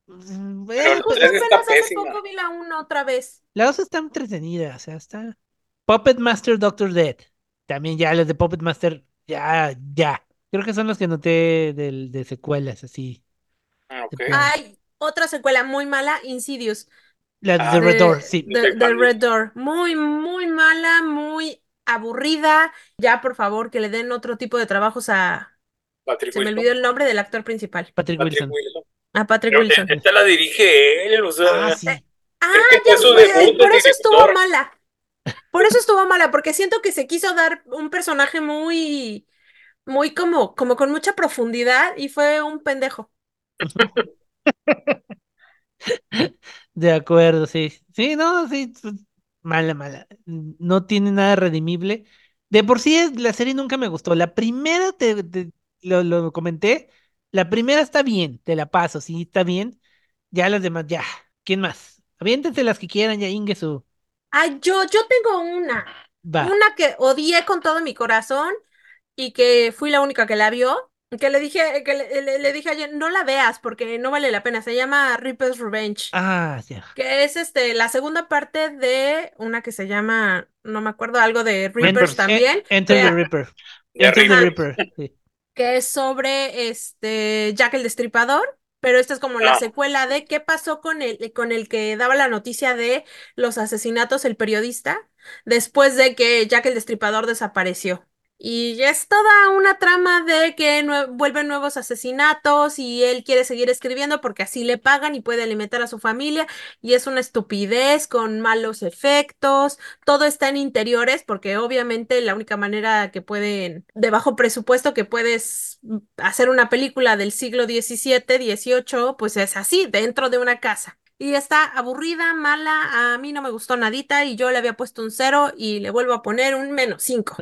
Mm, Pero eh, la pues, tres Apenas está hace pésima. poco vi la 1 otra vez. la 2 está entretenida, o sea, está. Puppet Master Doctor Dead. También ya las de Puppet Master, ya, ya. Creo que son los que noté del, de secuelas, así. Ah, ok. Depende. Hay otra secuela muy mala, Insidious, Las Ah, de Red de- Door, sí. de- Perfecto. del Red Door. Muy, muy mala, muy aburrida. Ya, por favor, que le den otro tipo de trabajos a... Patrick Se me Wilson. olvidó el nombre del actor principal, Patrick Patrick Wilson. Wilson. a Patrick Pero Wilson. esta la dirige él, o sea. Ah, sí. Ah, Es que fue ya su me- debut de por eso estuvo director. mala. Por eso estuvo mala, porque siento que se quiso dar un personaje muy, muy como, como con mucha profundidad y fue un pendejo. De acuerdo, sí. Sí, no, sí. pues, Mala, mala. No tiene nada redimible. De por sí, es- la serie nunca me gustó. La primera, te, te- lo, lo comenté. La primera está bien, te la paso, sí, está bien. Ya las demás, ya. ¿Quién más? Aviéntense las que quieran, ya, Ingesu. Ay, yo, yo tengo una, Va. una que odié con todo mi corazón y que fui la única que la vio, que le dije, que le, le- le dije ayer, no la veas porque no vale la pena, se llama Reaper's Revenge, Ah, ya. que es este, la segunda parte de una que se llama, no me acuerdo, algo de Reapers Enter- también, en- Enter the que- Ripper. De Enter the arriba. Ripper. sí. que es sobre este Jack el Destripador, pero esta es como la Ah. secuela de qué pasó con el, con el que daba la noticia de los asesinatos, el periodista, después de que Jack el Destripador desapareció. Y es toda una trama de que nue- vuelven nuevos asesinatos y él quiere seguir escribiendo porque así le pagan y puede alimentar a su familia y es una estupidez con malos efectos todo está en interiores porque obviamente la única manera que pueden, de bajo presupuesto que puedes mm, hacer una película del siglo XVII, XVIII, pues es así, dentro de una casa. Y está aburrida, mala, a mí no me gustó nadita y yo le había puesto un cero y le vuelvo a poner un menos cinco.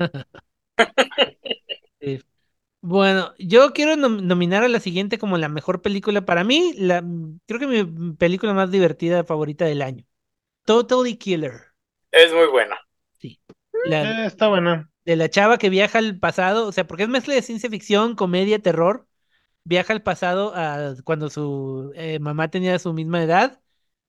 Bueno, yo quiero nom- nominar a la siguiente como la mejor película para mí, la creo que mi m- película más divertida favorita del año. Totally Killer. Es muy buena. La Eh, está buena. de la chava que viaja al pasado, o sea, porque es mezcla de ciencia ficción, comedia, terror. Viaja al pasado a cuando su eh, mamá tenía su misma edad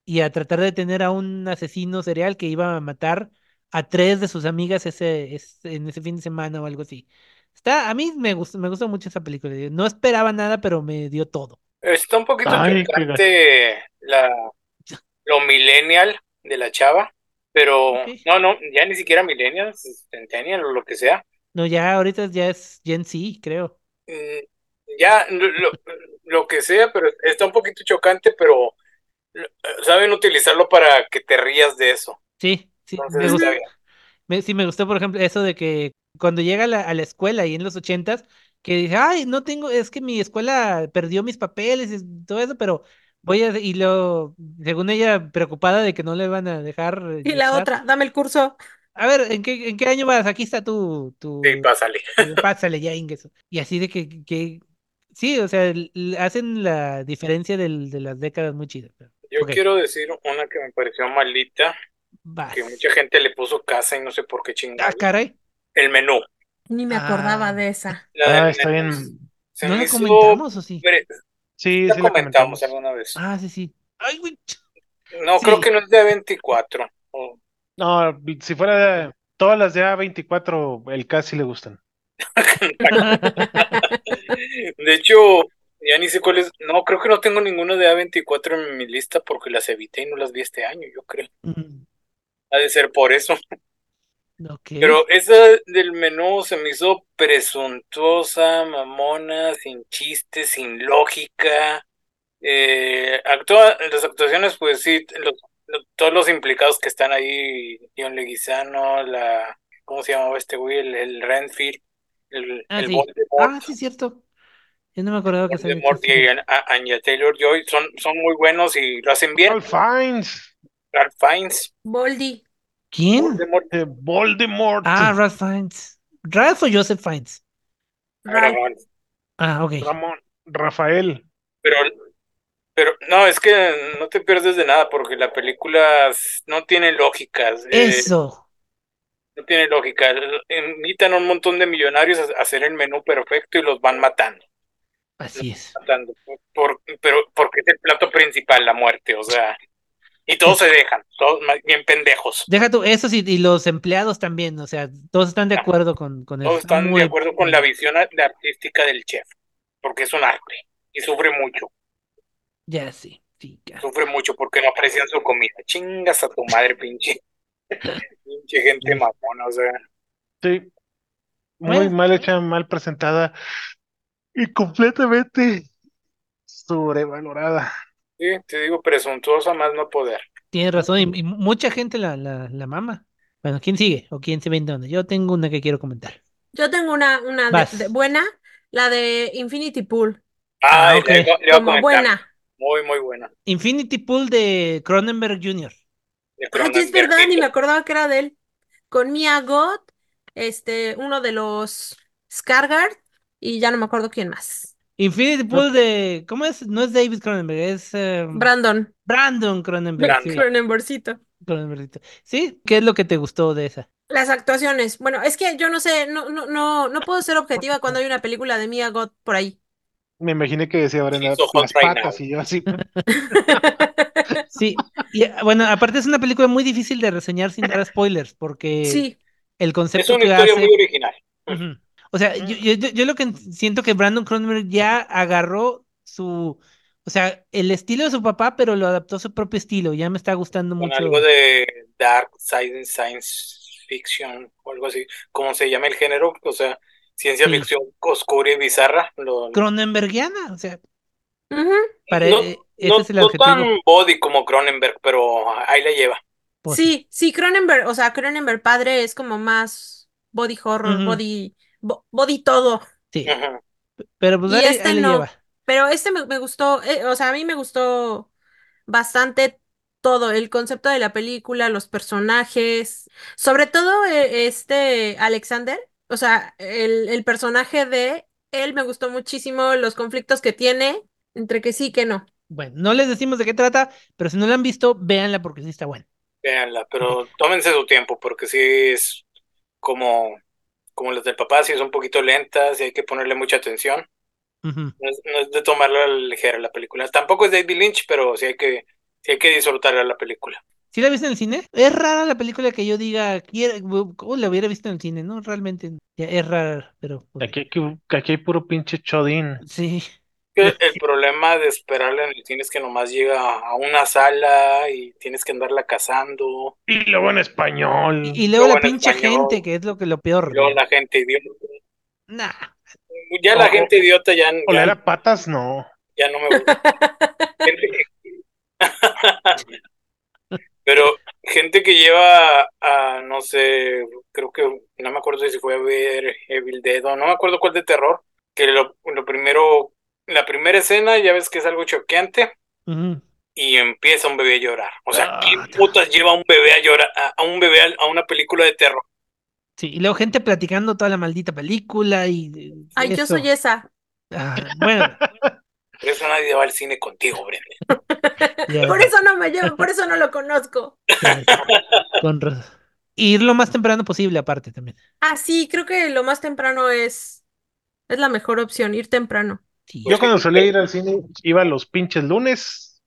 y a tratar de tener a un asesino serial que iba a matar a tres de sus amigas ese, ese- en ese fin de semana o algo así. Está, a mí me gustó, me gustó mucho esa película. No esperaba nada, pero me dio todo. Está un poquito Ay, qué chocante la, lo millennial de la chava, pero Ok. no, no, ya ni siquiera millennial, centennial o lo que sea. No, ya ahorita ya es Gen Z, creo. Mm, Ya, lo, lo- lo que sea, pero está un poquito chocante, pero eh, saben utilizarlo para que te rías de eso. Sí, sí, Entonces me está gustó, bien. me- sí, me gustó, por ejemplo, eso de que cuando llega a la, a la escuela y en los ochentas, que dice, ay, no tengo, es que mi escuela perdió mis papeles y todo eso, pero voy a, y lo, según ella, preocupada de que no le van a dejar Y la regresar. otra, dame el curso. A ver, ¿en qué, en qué año vas? Aquí está tu, tu, Sí, pásale. Eh, Pásale ya, Ingeso. Y así de que, que- sí, o sea, l- l- hacen la diferencia del- de las décadas muy chida. pero- Yo ok, quiero decir una que me pareció malita, vas. que mucha gente le puso casa y no sé por qué chingada. Ah, caray. El menú. Ni me Ah. acordaba de esa. La del Ah, está bien. menú se ¿No me lo hizo- comentamos o sí? Hombre, Sí, pues, Ya sí la comentamos comentamos. alguna vez. Ah, sí, sí. Ay, güey. ch- No, sí. creo que no es de Oh. 24. o- No, si fuera de- todas las de A24, el casi le gustan. De hecho, ya ni sé cuál es. No, creo que no tengo ninguna de A24 en mi lista porque las evité y no las vi este año, yo creo. Mm, Ha de ser por eso. ok. Pero esa del menú se me hizo presuntuosa, mamona, sin chistes, sin lógica. Eh, actúa- las actuaciones, pues sí, los- los- todos los implicados que están ahí, John Leguizano, la, ¿cómo se llamaba este güey? El, el Renfield, el, Ah, el sí. Voldemort, Ah, sí, cierto. Yo no me acordaba que salía Voldemort y Christopher. An- a- Anya Taylor-Joy son, son muy buenos y lo hacen bien. All Fines, Ralph Fiennes, Boldy. ¿Quién? Voldemort, eh, Voldemort. Ah, Ralph Fiennes. Ralph o Joseph Fiennes. Ralph. Ramón. Ah, ok. Ramón, Rafael. Pero, pero no, es que no te pierdes de nada porque la película s- no tiene lógicas. eh, Eso. No tiene lógica. Invitan a un montón de millonarios a hacer el menú perfecto y los van matando. Así es. matando. Por- pero porque es el plato principal, la muerte, o sea. Y todos se dejan, todos más bien pendejos. Deja tú, eso sí, y los empleados también, o sea, todos están de acuerdo con, con eso. Todos Está están muy de acuerdo con la visión a- de artística del chef, porque es un arte y sufre mucho, Ya sí, sí, ya. sufre mucho porque no aprecian su comida. Chingas a tu madre, pinche. pinche gente mamona, o sea. Sí. Muy Bueno. mal hecha, mal presentada y completamente sobrevalorada. Sí, te digo, presuntuosa más no poder. Tienes razón, y, y mucha gente la, la, la mama. Bueno, ¿quién sigue? ¿O quién se vende dónde? Yo tengo una que quiero comentar. Yo tengo una, una de, Vas. de- buena, la de Infinity Pool, Ah, Ay, ok. le, iba- le iba a como comentar. buena. Muy, muy buena. Infinity Pool de Cronenberg Jr. Ah, De ya es Cronenberg, verdad, sí. ni me acordaba que era de él. Con Mia God, este, uno de los Skarsgård, y ya no me acuerdo quién más. Infinity Pool de. ¿Cómo es? No es David Cronenberg, es eh, Brandon, Brandon Cronenberg. Brandon. sí, Cronenbergcito. Cronenbergcito. ¿Sí? ¿Qué es lo que te gustó de esa? Las actuaciones. Bueno, es que yo no sé, no, no, no, no puedo ser objetiva cuando hay una película de Mia God por ahí. Me imaginé que decía Brenda Hizo Hot las Right patas y yo así. Sí, y eh, bueno, aparte es una película muy difícil de reseñar sin dar spoilers, porque Sí, el Es concepto una que historia hace. muy original. Ujú. O sea, yo, yo- yo- yo lo que en- siento que Brandon Cronenberg ya agarró su, o sea, el estilo de su papá, pero lo adaptó a su propio estilo. Ya me está gustando Con mucho. algo de dark science, science fiction o algo así, como se llama el género, o sea, ciencia Sí. ficción oscura y bizarra. lo- Cronenbergiana, o sea, ujú, para No- eh, ese no, es el no adjetivo. tan body como Cronenberg, pero ahí la lleva. Pues Sí, sí, Cronenberg, o sea, Cronenberg padre es como más body horror, Ujú. body, bo- body todo. sí. Ujú. Pero pues Y ahí, ahí este le no. lleva. Pero este me, me gustó, eh, o sea, a mí me gustó bastante todo, el concepto de la película, los personajes, sobre todo eh, este Alexander, o sea, el, el personaje de él me gustó muchísimo, los conflictos que tiene entre que sí y que no. Bueno, no les decimos de qué trata, pero si no la han visto, véanla porque sí está buena. Véanla, pero tómense su tiempo, porque sí es como, como las del papá, sí es un poquito lentas y hay que ponerle mucha atención. Ujú. No es, no es de tomarla a la ligera la película. Tampoco es David Lynch, pero sí hay que, sí hay que disfrutarla la película. ¿Sí la viste en el cine? Es rara la película que yo diga, quiero, ¿cómo la hubiera visto en el cine? No, realmente ya, es rara, pero pues, Aquí, aquí, aquí hay puro pinche chodín. sí. Que El problema de esperarla en el cine es que nomás llega a una sala y tienes que andarla cazando. Y luego en español. Y, y luego la en pinche Mm, español. gente, que es lo que lo peor. Luego la gente idiota. Nah. Ya la O- gente idiota ya, ya, Oler a patas, no. ya no me gusta. Gente que- Pero gente que lleva a, no sé, creo que, no me acuerdo si fue a ver Evil Dead o no me acuerdo cuál de terror, que lo, lo primero, la primera escena ya ves que es algo choqueante Ujú. y empieza un bebé a llorar. O sea, Ah, ¿quién ta- putas lleva a un bebé a llorar, a, a un bebé a, a una película de terror? Sí, y luego gente platicando toda la maldita película y eh, Ay, yo eso. soy esa. Ah, bueno, Por eso nadie va al cine contigo, Brenda. ya, Por eso no me llevo, por eso no lo conozco. ya, con razón. Y ir lo más temprano posible aparte también. Ah, sí, creo que lo más temprano es, es la mejor opción, ir temprano. Sí. Pues Yo sí, cuando sí. solía ir al cine, iba los pinches lunes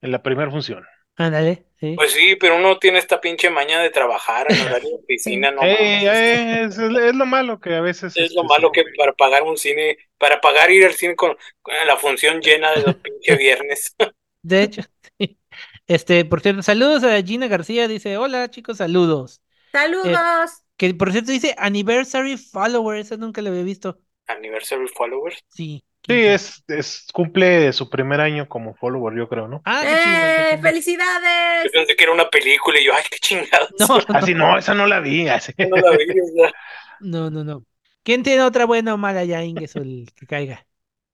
en la primera función. Ándale, sí. Pues sí, pero uno tiene esta pinche maña de trabajar en horario de oficina, no Eh, mames. eh, es, es lo malo que a veces. Es lo este, malo sí. que para pagar un cine, para pagar ir al cine con, con la función llena de los pinche viernes. De hecho, sí. Este, por cierto, saludos a Gina García, dice, hola chicos, saludos. Saludos. Que por cierto dice Anniversary Follower, eso nunca lo había visto. Anniversary followers. Sí. Sí, quién sabe. es, es, cumple su primer año como follower, yo creo, ¿no? Ah, qué chido, qué ¡Eh! chingón. Yo ¡Felicidades! pensé que era una película y yo, ay, qué chingados. No, Así no, esa no la vi. así. No la vi, o sea. No, no, no. ¿Quién tiene otra buena o mala ya, Inges, o el que caiga?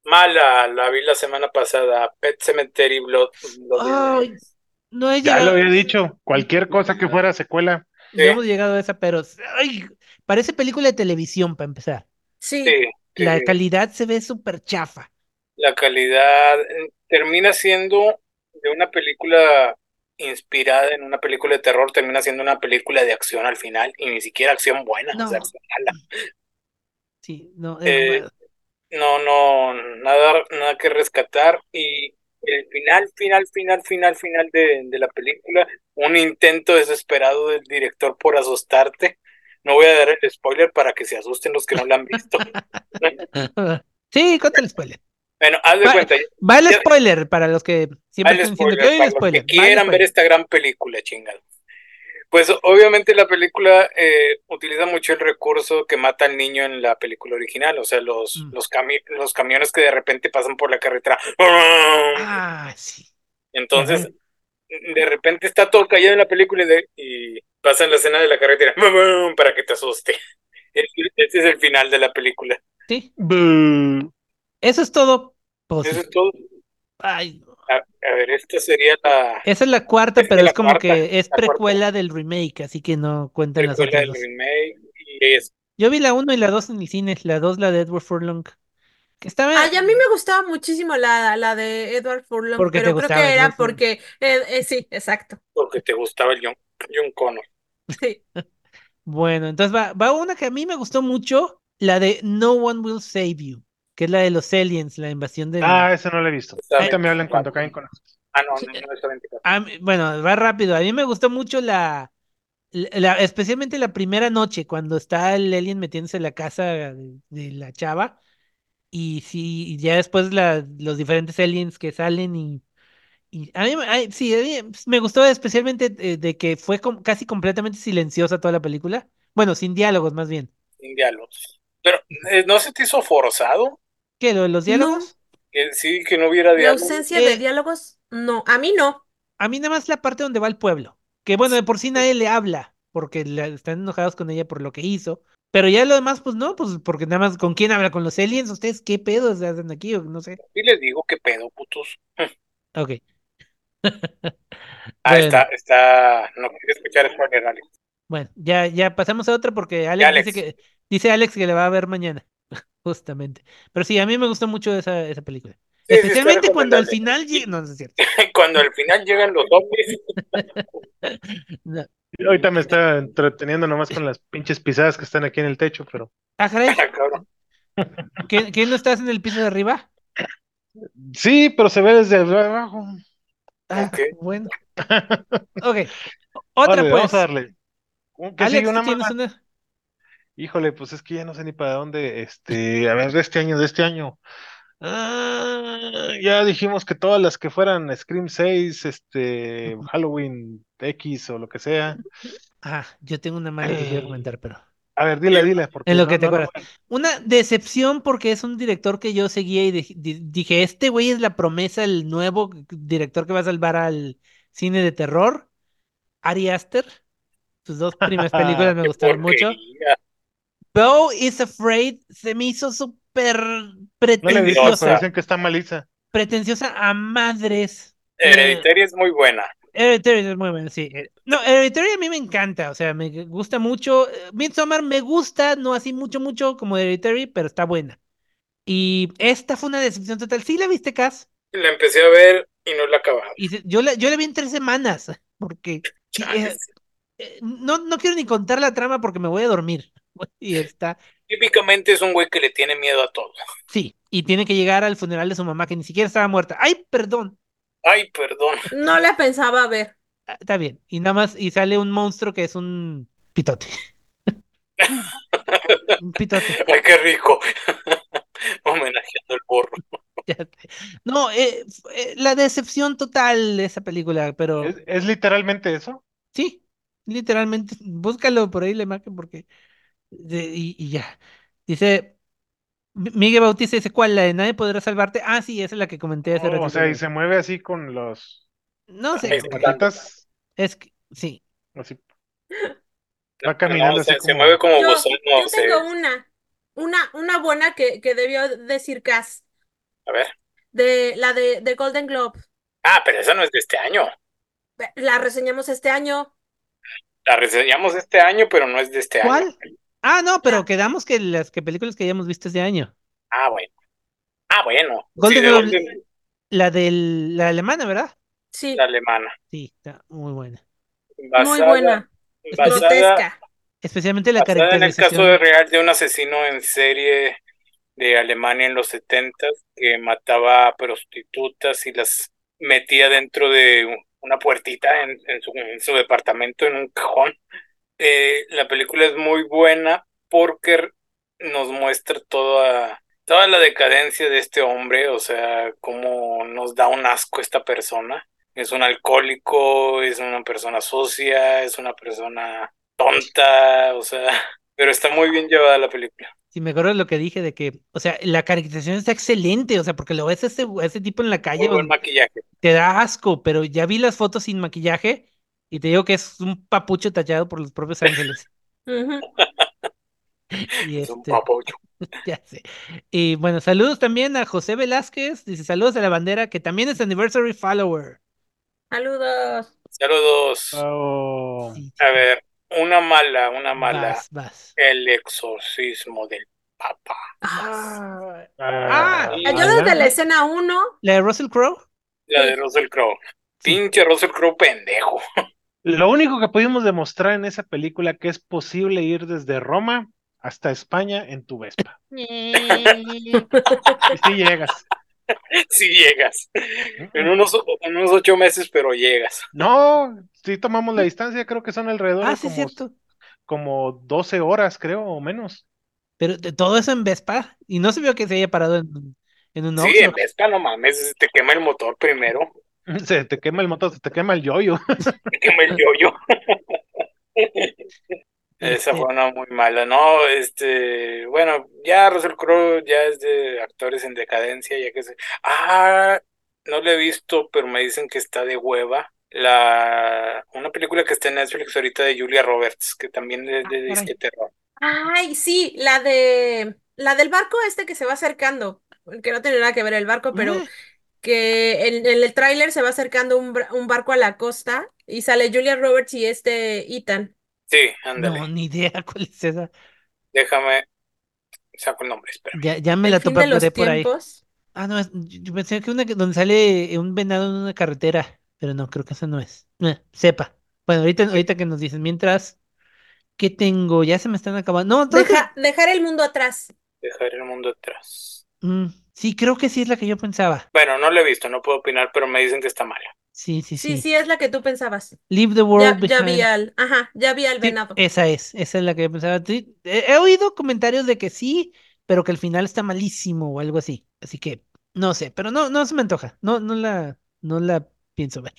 Mala, la vi la semana pasada. Pet Cemetery Blood. Blood Ay, no he Ya llegado, lo había dicho. Cualquier cosa que fuera secuela. no hemos llegado a esa, pero ay, parece película de televisión para empezar. Sí, Sí, sí, La sí. calidad se ve súper chafa. la calidad eh, termina siendo de una película inspirada en una película de terror termina siendo una película de acción al final y ni siquiera acción buena, No. o sea, acción mala. Sí, no, Eh, es No, no, nada, nada que rescatar. Y el final, final, final, final, final de, de la película, un intento desesperado del director por asustarte. No voy a dar el spoiler para que se asusten los que no la han visto. bueno. Sí, pues. cuenta el spoiler. Bueno, haz de Va- cuenta, Va el Ya- spoiler para los que siempre Al están diciendo spoiler, que hay para un spoiler. los que va el quieran ver este spoiler. esta gran película, chingado. Pues obviamente la película eh, utiliza mucho el recurso que mata al niño en la película original, o sea, los, Mm. los, cami- los camiones que de repente pasan por la carretera. Ah, sí. Entonces, de repente está todo callado en la película y, de- y pasa en la escena de la carretera para que te asuste. Ese ese es el final de la película. Sí. Bú. Eso es todo. Pues, Eso es todo. ay, no. A, a ver, esta sería la Esa es la cuarta, Es que pero la es como cuarta, que es la cuarta. precuela del remake, así que no cuentan las película otras dos. del remake y es Yo vi la 1 y la 2 en mis cines, la 2 la de Edward Furlong. Que estaba Ay, a mí me gustaba muchísimo la, la de Edward Furlong, Porque te pero creo gustaba que era Edward Furlong. porque, eh, eh, sí, exacto, porque te gustaba el John, John Connor. sí. Bueno, entonces va, va una que a mí me gustó mucho, la de No One Will Save You, que es la de los aliens, la invasión del... Ah, ese no lo he visto. Está Ahorita me hablan cuando Vale. caen con eso. Ah, no, no, no, está 24. A mí- bueno, va rápido. A mí me gustó mucho la, la- la- especialmente la primera noche, cuando está el alien metiéndose en la casa de, de la chava. Y sí, y ya después la- los diferentes aliens que salen y, y a mí, me- ay, sí, a mí me gustó especialmente eh, de que fue com- casi completamente silenciosa toda la película. Bueno, sin diálogos más bien. sin diálogos. Pero eh, ¿no se te hizo forzado? ¿Qué? lo de ¿Los No. diálogos? Que sí, que no hubiera La diálogos. ausencia de Eh. diálogos, no, a mí no. A mí nada más la parte donde va al pueblo, que bueno, de por sí nadie le habla, porque la- están enojados con ella por lo que hizo, pero ya lo demás, pues no, pues porque nada más, ¿con quién habla? ¿Con los aliens? ¿Ustedes qué pedos hacen aquí? O no sé. Y les digo que pedo, putos. Ok. Ah, Bueno, está, está. No quiero escuchar spoiler, Alex. bueno, ya, ya pasamos a otra porque Alex, Alex. dice que dice Alex que la va a ver mañana, justamente. Pero sí, a mí me gustó mucho esa, esa película. Sí, sí, está Especialmente cuando al recomendable. final llega- No, no es cierto. Cuando al final llegan los zombies, No. Ahorita me está entreteniendo nomás con las pinches pisadas que están aquí en el techo, pero Ah, caray, ah, cabrón. ¿quién, quién no estás en el piso de arriba? sí, pero se ve desde abajo. Ah, Ok. bueno. Ok. Otra Órale, pues. vamos a darle. ¿Cómo que Alex, sigue una ¿tú tienes más? una? Híjole, pues es que ya no sé ni para dónde, este, a ver, de este año, de este año. Ah, ya dijimos que todas las que fueran Scream 6, este, Halloween X o lo que sea. Ah, yo tengo una mala que quiero comentar, pero. A ver, dila, dila, porque En lo Eh, no- que te no la acuerdas. Una decepción porque es un director que yo seguía y dij- di- dije, este güey es la promesa, el nuevo director que va a salvar al cine de terror. Ari Aster. Sus dos primeras películas me Qué gustaron mucho. porquería. Bo is Afraid se me hizo súper No la he visto, pretenciosa. pero dicen que está maliza. Pretenciosa a madres. Eh, Hereditary es muy buena. Hereditary es muy bueno, sí. Eh, No, Hereditary a mí me encanta, o sea, me gusta mucho. Eh, Midsommar me gusta, no así mucho, mucho como Hereditary, pero está buena. Y esta fue una decepción total. Sí la viste, Cas, La empecé a ver y no la acababa. y se- yo la, yo la vi en tres semanas, porque sí, eh, Chales. eh, no, no quiero ni contar la trama porque me voy a dormir. Y está, Típicamente es un güey que le tiene miedo a todo. sí, y tiene que llegar al funeral de su mamá que ni siquiera estaba muerta. ¡Ay, perdón! Ay, perdón. No la pensaba ver. Ah, Está bien. Y nada más, y sale un monstruo que es un pitote. Un pitote. Ay, qué rico. Homenajeando al borro. Ya sé. No, eh, f- eh, la decepción total de esa película, pero ¿Es, es literalmente eso? sí, literalmente, búscalo por ahí la imagen porque... de- y, y ya. Dice, M- Miguel Bautista dice, ¿cuál? ¿La de nadie podrá salvarte? Ah, sí, esa es la que comenté hace Oh, ratito, o sea, y güey. se mueve así con los No sé, Ahí güey, está. patitas, es que sí. así. Va caminando No, así se, se como- mueve como Yo, gusano. yo se- tengo una, una, una buena que, que debió decir Cass, A ver. de la de, de Golden Globe. Ah, pero esa no es de este año. La reseñamos este año. La reseñamos este año, pero no es de este año. ¿Cuál? Ah, no, pero La- quedamos que las que películas que hayamos visto este año. Ah, bueno. Ah, bueno. Golden Sí, de Globe. Golden- La de la alemana, ¿verdad? Sí, la alemana. Sí, está muy buena. muy Basada, buena, basada- grotesca. Especialmente la basada Ah, en el caso caracterización. de real de un asesino en serie de Alemania en los 70 que mataba a prostitutas y las metía dentro de un- una puertita en, en su, en su departamento, en un cajón. Eh, la película es muy buena porque nos muestra toda, toda la decadencia de este hombre, o sea, cómo nos da un asco esta persona. Es un alcohólico, es una persona sucia, es una persona tonta, o sea, pero está muy bien llevada la película. Si me acuerdo lo que dije de que, o sea, la caracterización está excelente, o sea, porque lo ves a ese, a ese tipo en la calle, Muy buen donde maquillaje. te da asco, pero ya vi las fotos sin maquillaje y te digo que es un papucho tallado por los propios ángeles. Ujú. Y Es un este, papucho. ya sé. Y bueno, saludos también a José Velázquez, dice saludos a la bandera, que también es anniversary follower. Saludos. Saludos. Oh, Sí, A ver, una mala, una mala. vas, vas. El exorcismo del Papa. Ah, ah, Ah, Yo ah, desde ya. la escena 1, ¿La de Russell Crowe? La de Russell Crowe. Pinche Russell Crowe pendejo. Lo único que pudimos demostrar en esa película que es posible ir desde Roma hasta España en tu Vespa. Y si llegas. Mm, Si llegas. En unos, en unos ocho meses, pero llegas. No, si tomamos la distancia, creo que son alrededor Ah, de sí, es como, cierto. como 12 horas, creo, o menos. Pero de- todo eso en Vespa. Y no se vio que se haya parado en, en un Sí, Oxxo. en Vespa, no mames, te quema el motor primero. Se te quema el motor, se te quema el yoyo. Te quema el yoyo. Esa Este fue una muy mala, ¿no? Este, bueno, ya Russell Crowe ya es de actores en decadencia, ya que se... Ah, no la he visto, pero me dicen que está de hueva. La... Una película que está en Netflix ahorita de Julia Roberts, que también es de Ah, caray. disque terror. Ay, sí, la de la del barco este que se va acercando, que no tiene nada que ver el barco, pero Eh, que en, en el tráiler se va acercando un, bra- un barco a la costa y sale Julia Roberts y este Ethan. Sí, ándale, No, ni idea cuál es esa. déjame, saco el nombre, espera. Ya, ya me El la fin de los toparé por ahí. tiempos. Ah, no, es- yo yo pensé que una que- donde sale un venado en una carretera. Pero no, creo que esa no es. Eh, sepa. Bueno, ahorita, ahorita que nos dicen, mientras, ¿qué tengo? Ya se me están acabando. No, entonces- Deja- dejar el mundo atrás. Dejar el mundo atrás. Mm, sí, creo que sí es la que yo pensaba. Bueno, no la he visto, no puedo opinar, pero me dicen que está mala. Sí, sí, Sí, sí. sí, es la que tú pensabas. Leave the Ya, world ya vi behind. al, ajá, ya vi al Sí, eh. venado. esa es, esa es la que yo pensaba. Sí, he, he oído comentarios de que sí, pero que el final está malísimo o algo así. Así que no sé, pero no, no se me antoja. No, no la, no la pienso ver.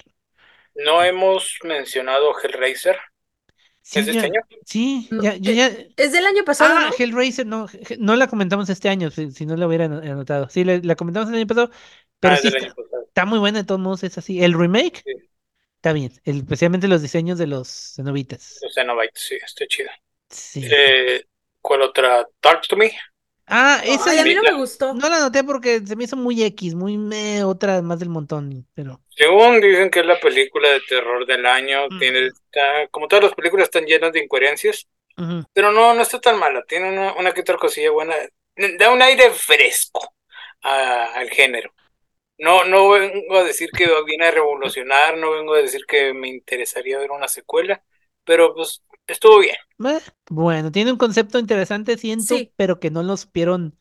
No hemos mencionado Hellraiser. Sí, ¿Es de ya- este año? sí, No, ya, yo eh, ya. Es del año pasado, Ah, ¿no? Hellraiser, no, je- no la comentamos este año, si, si no la hubiera ano- anotado. Sí, la, la comentamos el año pasado, pero Ah, es sí del está, año pasado. está muy buena de todos modos, es así. El remake Sí. está bien, el- especialmente los diseños de los cenobitas. Los Cenobites, sí, está chido. Sí. Eh, ¿cuál otra? Talk to Me. Ah, esa Ay, a mí no ahorita. me gustó. No la anoté porque se me hizo muy X, muy me, otra más del montón, pero Según dicen que es la película de terror del año, Mm. tiene, está- como todas las películas están llenas de incoherencias, ujú, pero no, no está tan mala, tiene una, una que otra cosilla buena, da un aire fresco a- al género. No, no vengo a decir que viene a revolucionar, no vengo a decir que me interesaría ver una secuela, pero pues estuvo bien. meh. Bueno, tiene un concepto interesante, siento, Sí. pero que no lo supieron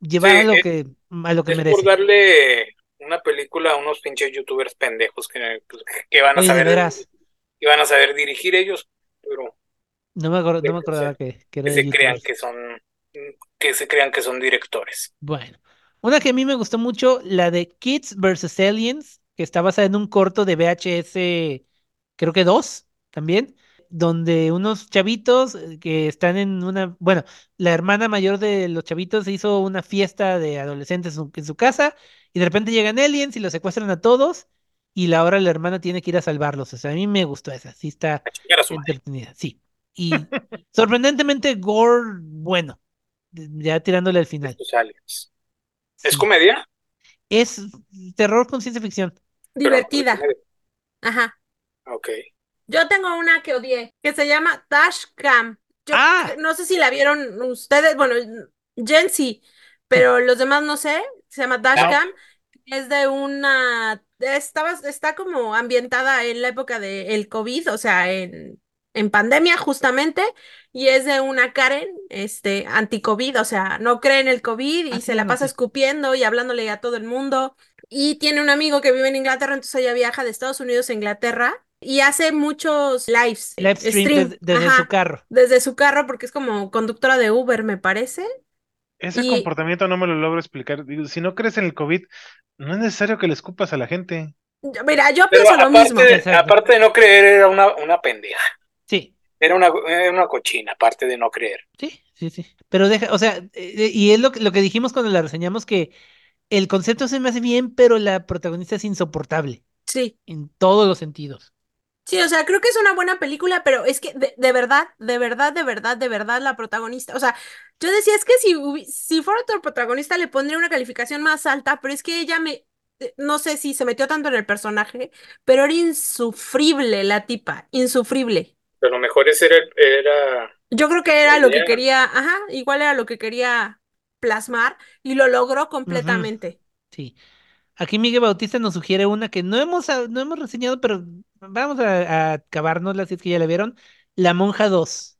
llevar Sí, a lo eh, que a lo que Es merece. por darle una película a unos pinches youtubers pendejos que, pues, que van a Oye, de saber veras, que van a saber dirigir ellos, pero no me acor- no me Déjense, acordaba que, que que era de se crean youtubers. que son que se crean que son directores. Bueno, una que a mí me gustó mucho, la de Kids vs. Aliens, que está basada en un corto de VHS, creo que dos también, donde unos chavitos eh, que están en una, bueno, la hermana mayor de los chavitos hizo una fiesta de adolescentes en su- en su casa y de repente llegan aliens y los secuestran a todos y la hora la hermana tiene que ir a salvarlos. O sea, a mí me gustó esa, sí está A chingar a su madre. entretenida, sí. Y sorprendentemente gore, bueno, de- ya tirándole al final. estos aliens. ¿Es Sí. comedia? Es terror con ciencia ficción. Pero pues, Divertida. comedia. Ah, Ajá. Ok. Yo tengo una que odié, que se llama Dashcam. Yo ¡Ah! no sé si la vieron ustedes, bueno, Gen sí, pero los demás no sé. Se llama Dashcam. Es de una estaba, está como ambientada en la época del COVID, o sea, en, en pandemia justamente, y es de una Karen, este, anti-COVID, o sea, no cree en el COVID y Ah, se sí, la no, pasa sí. escupiendo y hablándole a todo el mundo. Y tiene un amigo que vive en Inglaterra, entonces ella viaja de Estados Unidos a Inglaterra y hace muchos lives, Live stream stream, des- desde ajá, su carro. desde su carro porque es como conductora de Uber, me parece. Ese Y- comportamiento no me lo logro explicar. Digo, si no crees en el COVID, no es necesario que le escupas a la gente. Yo- Mira, yo Pero pienso lo aparte mismo. de, Exacto. aparte de no creer, era una, una pendeja. Sí, Era una, era una cochina, aparte de no creer. sí, sí, sí. Pero deja, o sea, eh, eh, y es lo, que- lo que dijimos cuando la reseñamos que el concepto se me hace bien, pero la protagonista es insoportable Sí, en todos los sentidos. sí, o sea, creo que es una buena película, pero es que de, de verdad, de verdad, de verdad, de verdad, la protagonista, o sea, yo decía, es que si, hubi- si fuera otro protagonista le pondría una calificación más alta, pero es que ella me, eh, no sé si se metió tanto en el personaje, pero era insufrible la tipa, insufrible. Pero lo mejor ese era, el- era Yo creo que era La lo que idea. quería, ajá, igual era lo que quería plasmar y lo logró completamente. Sí. Aquí Miguel Bautista nos sugiere una que no hemos, ah, no hemos reseñado, pero vamos a, a acabárnosla si es que ya la vieron. La Monja 2.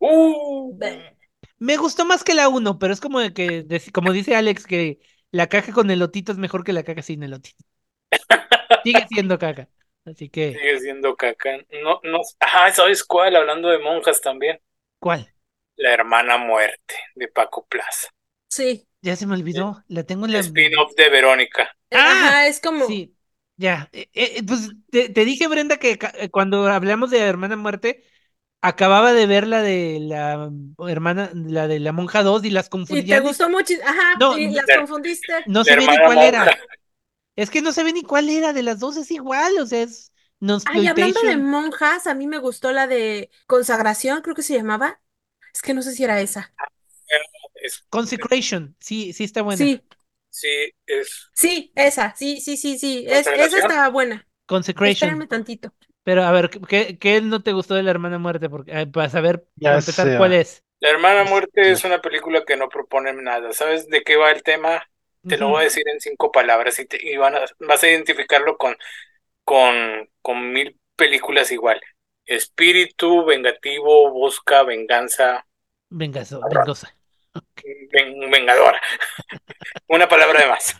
¡Uh! Ve- Me gustó más que la 1, pero es como de que, dec- como dice Alex, que la caja con elotito es mejor que la caja sin elotito. Sigue siendo caca. Así que, Sigue siendo caca. No, no. Ajá, ¿sabes cuál? Hablando de monjas también. ¿cuál? La hermana muerte de Paco Plaza. Sí, Ya se me olvidó. La tengo en la. Spin-off de Verónica. ¡Ah! ajá, es como... Sí, ya. Eh, eh, pues te, te dije, Brenda, que ca- eh, cuando hablamos de Hermana Muerte, acababa de ver la de la mm, hermana, la de la Monja 2 y las Y confundía. te gustó mucho, ajá, pues No, y no- las Claro. confundiste. No La se ve ni hermana cuál era. monja. Es que no se ve ni cuál era. De las dos es igual, o sea, es Ay, hablando de non-exploitation. monjas, a mí me gustó la de Consagración, creo que se llamaba. Es que no sé si era esa. Es- Consecration. Sí, sí está buena. Sí, sí, es. sí, esa, sí, sí, sí, sí. Es, esa ¿Consagración? estaba buena. Espérame Consecration. tantito. Pero a ver, ¿qué, qué no te gustó de la Hermana Muerte? Porque, eh, para saber, Ya para empezar, sé. ah. cuál es. La hermana muerte Este. es una película que no propone nada. ¿Sabes de qué va el tema? Te lo Ujú. voy a decir en cinco palabras y, te, y van a- vas a identificarlo con, con, con mil películas igual. Espíritu vengativo busca venganza Vengazo- vengosa. Ok. ven- vengadora. Una palabra de más.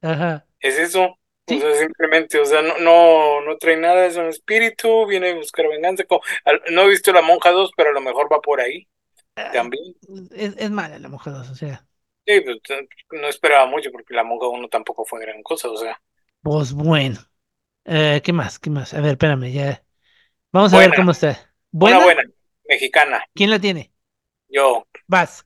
Ajá. Es eso. Sí. O sea, simplemente, o sea, no, no, no trae nada, es un espíritu, viene a buscar venganza. co- al- No he visto La Monja 2, pero a lo mejor va por ahí Ah, también. Es, es mala la mujer 2, o sea. Sí, pues, t- no esperaba mucho porque La Monja 1 tampoco fue gran cosa, o sea. Pues bueno. Eh, ¿qué más? ¿Qué más? A ver, espérame, ya. Vamos a ver Buena. cómo está. Una ¿Buena? buena, mexicana, ¿Quién la tiene? yo, Vas.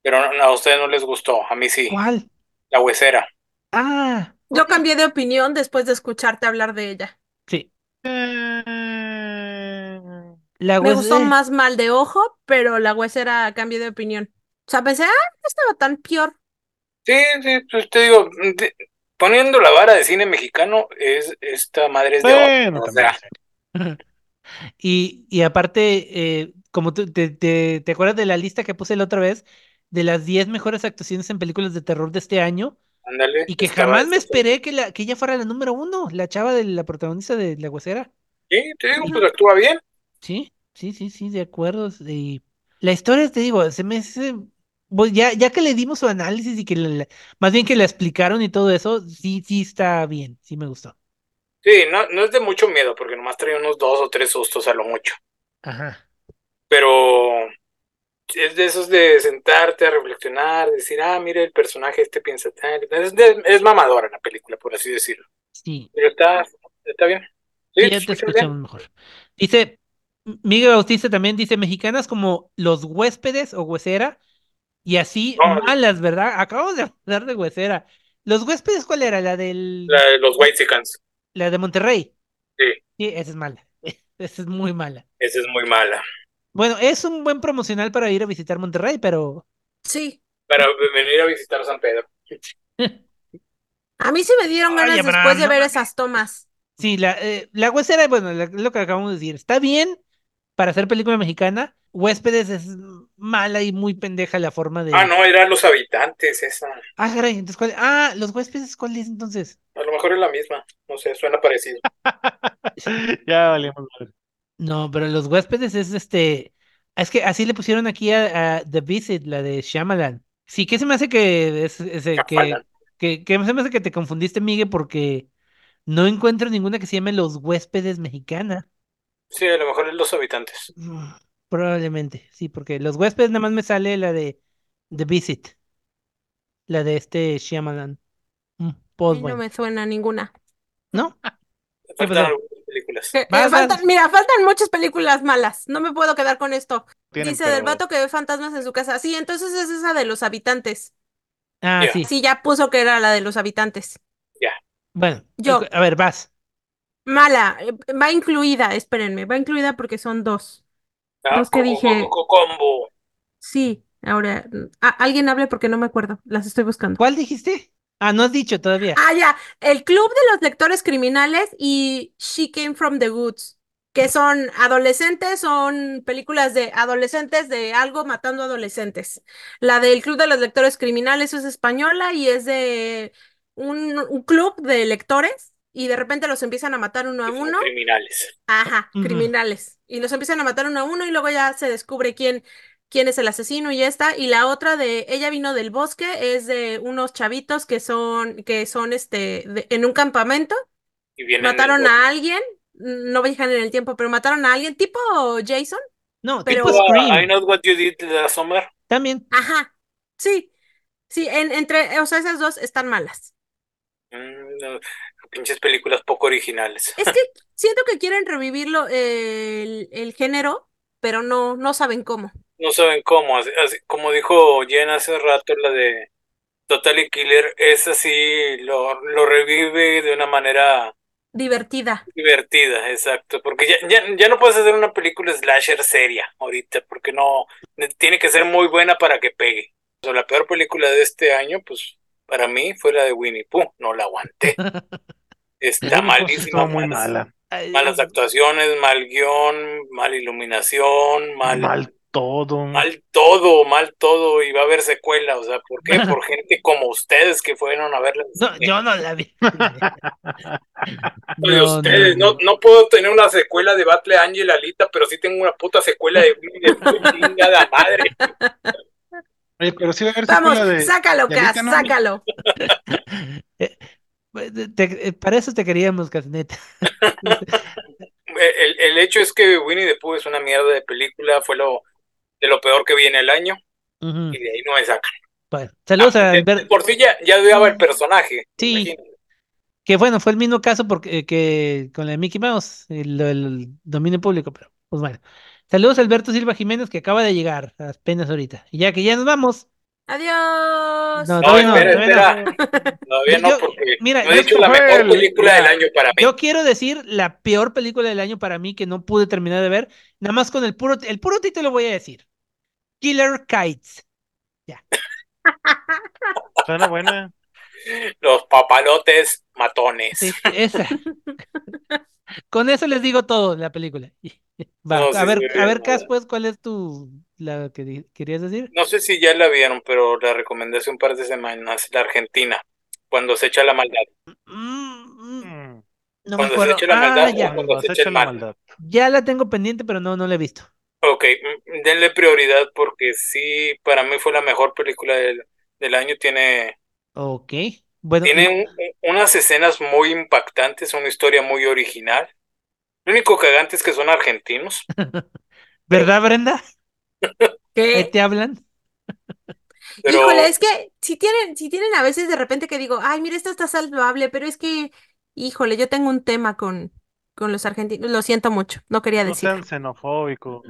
pero no- no, a ustedes no les gustó, a mí sí, ¿Cuál? La Huesera. Ah, Yo cambié de opinión después de escucharte hablar de ella. sí. Eh, La Me gustó huesera. más mal de ojo, pero la huesera cambié de opinión. O sea, pensé, ah, no estaba tan peor. Sí, sí, pues te digo, de- poniendo la vara de cine mexicano, es esta madre es de Bueno, oro, o también. sea, Y, y aparte, eh, como tú, te, te, ¿te acuerdas de la lista que puse la otra vez? De las 10 mejores actuaciones en películas de terror de este año. ándale, Y que estaba jamás me esta- esperé que, la, que ella fuera la número uno, la chava de la protagonista de La Huesera. Sí, te digo, Ujú. pues actúa bien. Sí, sí, sí, sí, de acuerdo. Y la historia, te digo, se me hace- bueno, ya, ya que le dimos su análisis y que la- la- más bien que la explicaron y todo eso, sí, sí está bien, sí me gustó. Sí, no, no es de mucho miedo, porque nomás trae unos dos o tres sustos a lo mucho. Ajá. Pero es de esos de sentarte a reflexionar, decir, ah, mire, el personaje este piensa tal. Es, de- es mamadora la película, por así decirlo. Sí, Pero está, está bien. Sí, sí, ya te te escuchas bien. escuchamos mejor. Dice, M- Miguel Bautista también dice, mexicanas como los huéspedes o huesera, y así No, malas, ¿verdad? Acabamos de hablar de huesera. ¿Los huéspedes cuál era? La la del, de los Whitexicans. la de Monterrey. Sí, Sí, esa es mala. Esa es muy mala. esa es muy mala. Bueno, es un buen promocional para ir a visitar Monterrey, pero Sí. Para venir a visitar San Pedro. A mí sí me dieron Ay, ganas Abraham, después de no ver mames. esas tomas. sí, la, eh, la huesera, bueno, la- lo que acabamos de decir, está bien para hacer película mexicana. Huéspedes es mala y muy pendeja la forma de. Ah, no, eran los habitantes, esa. Ah, caray, entonces, ¿cuál- Ah, los huéspedes, ¿cuál es entonces? A lo mejor es la misma. No sé, suena parecido. Ya valíamos madre. No, pero los huéspedes es este. Es que así le pusieron aquí a, a The Visit, la de Shyamalan. Sí, que se me hace que, es- es- eh, que, Shyamalan. que, que se me hace que te confundiste, Miguel, porque no encuentro ninguna que se llame Los Huéspedes Mexicana. Sí, a lo mejor es los habitantes. Mm, Probablemente, sí, porque Los Huéspedes nada más me sale la de The Visit, la de este Shyamalan. Mm, A Pues mí no bueno, me suena ninguna. ¿no? Faltan pasó? algunas películas. Que- que Vas, vas. faltan- eh, mira, faltan muchas películas malas. No me puedo quedar con esto. Tienen, Dice del pero- vato que ve fantasmas en su casa. Sí, entonces es esa de los habitantes. Ah, Ya. sí. Sí, ya puso que era la de los habitantes. Bueno, Yo. a ver, vas. Mala, eh, va incluida, espérenme, va incluida porque son dos. Ah, Los que combo, dije. combo, combo. Sí, ahora, mm, ah, alguien hable porque no me acuerdo, las estoy buscando. ¿Cuál dijiste? Ah, no has dicho todavía. Ah, ya, el Club de los Lectores Criminales y She Came From the Woods, que son adolescentes, son películas de adolescentes de algo matando adolescentes. La del Club de los Lectores Criminales es española y es de un, un club de lectores y de repente los empiezan a matar uno a que son uno. Criminales. Ajá, Ujú. criminales. Y los empiezan a matar uno a uno y luego ya se descubre quién, quién es el asesino y ya está. Y la otra de Ella vino del bosque es de unos chavitos que son, que son este, de- en un campamento, Y vienen del mataron bosque. a alguien, no viajan en el tiempo, pero mataron a alguien tipo Jason. No, pero- tipo Tipo a Scream, I Know What You Did Last Summer. también. Ajá, sí, sí, en, entre, o sea, esas dos están malas. Mm, no, pinches películas poco originales. Es que siento que quieren revivirlo eh, el, el género, pero no, no saben cómo. No saben cómo. así- así- como dijo Jen hace rato, la de Total Killer es así, lo, lo revive de una manera Divertida. divertida, exacto. Porque ya, ya, ya no puedes hacer una película slasher seria ahorita, porque no, tiene que ser muy buena para que pegue. O sea, la peor película de este año, pues para mí fue la de Winnie Pooh, no la aguanté. Está pues. malísima. Estuvo muy malas- mala. Ay, Malas actuaciones, mal guión, mal iluminación, mal, Mal todo. mal todo, mal todo, y va a haber secuela, o sea, ¿por qué? Por gente como ustedes que fueron a verla. No, yo no la vi. Oye, ustedes, no, no puedo tener una secuela de Battle Angel Alita, pero sí tengo una puta secuela de Winnie the Pooh, chingada madre. Oye, pero sí va a haber Vamos, secuela de. sácalo, de Cas, Alita, ¿no? sácalo. Eh, pues, te- eh, para eso te queríamos, Casneta. Eh, El, el hecho es que Winnie the Pooh es una mierda de película, fue lo de lo peor que vi en el año, Ujú. y de ahí no me sacan. Bueno, saludos a De- Albert- Ah, Por si ya, ya odiaba el personaje. Sí. imagínate. que bueno, fue el mismo caso porque, eh, que con la de Mickey Mouse, el, el dominio público, pero pues bueno. Saludos a Alberto Silva Jiménez que acaba de llegar apenas ahorita. Y ya que ya nos vamos. Adiós. No, No, todavía no, espera, todavía no. espera. Todavía no, Yo- porque mira, no he yo- dicho la fue mejor el- película del mira, año para mí. Yo quiero decir la peor película del año para mí que no pude terminar de ver, nada más con el puro, el puro título voy a decir. Killer Kites. Suena buena. Los papalotes matones. Sí, esa. Con eso les digo todo la película. Va, No, a sí, ver, sí, a ver, no. Cas, pues, ¿cuál es tu la que di- querías decir? No sé si ya la vieron, pero la recomendé hace un par de semanas, la Argentina, cuando se echa la maldad. Mm, mm, Mm, no me Cuando se acuerdo. echa la Ah, maldad, ya. cuando se echa el la mal. maldad. Ya la tengo pendiente, pero no, no la he visto. Ok, mm, denle prioridad porque sí, para mí fue la mejor película del, del año. Tiene, Ok. Bueno, y- tiene un- un- unas escenas muy impactantes, una historia muy original. Lo único cagante es que son argentinos. ¿verdad, Brenda? ¿Qué ¿Qué? te hablan? Pero... Híjole, es que si tienen, si tienen a veces de repente que digo, ay, mira, esta está salvable, pero es que, híjole, yo tengo un tema con, con los argentinos. Lo siento mucho, no quería No decir. sean xenofóbicos.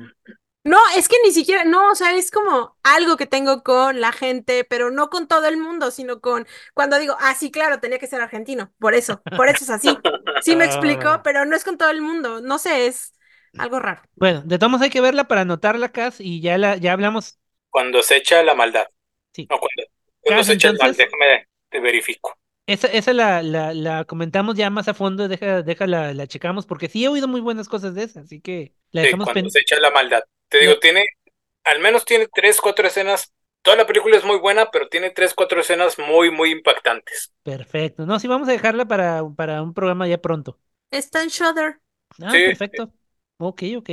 No, es que ni siquiera, no, o sea, es como algo que tengo con la gente, pero no con todo el mundo, sino con cuando digo, ah, sí, claro, tenía que ser argentino, por eso, por eso es así. Sí me explico, Ah. pero no es con todo el mundo, no sé, es algo raro. Bueno, de todos modos hay que verla para anotarla, Cas, y ya la, ya hablamos. Cuando se echa la maldad. Sí. No, cuando, cuando Cas, se echa el mal, entonces- déjame te verifico. Esa, esa la, la, la comentamos ya más a fondo, deja, deja la, la checamos, porque sí he oído muy buenas cosas de esa, así que la Sí, dejamos cuando pendiente. se echa la maldad. Te digo, tiene, al menos tiene tres, cuatro escenas toda la película es muy buena, pero tiene tres, cuatro escenas muy, muy impactantes. Perfecto. No, sí, vamos a dejarla para, para un programa ya pronto. Está en Shudder. Ah, Sí. perfecto. Ok, ok.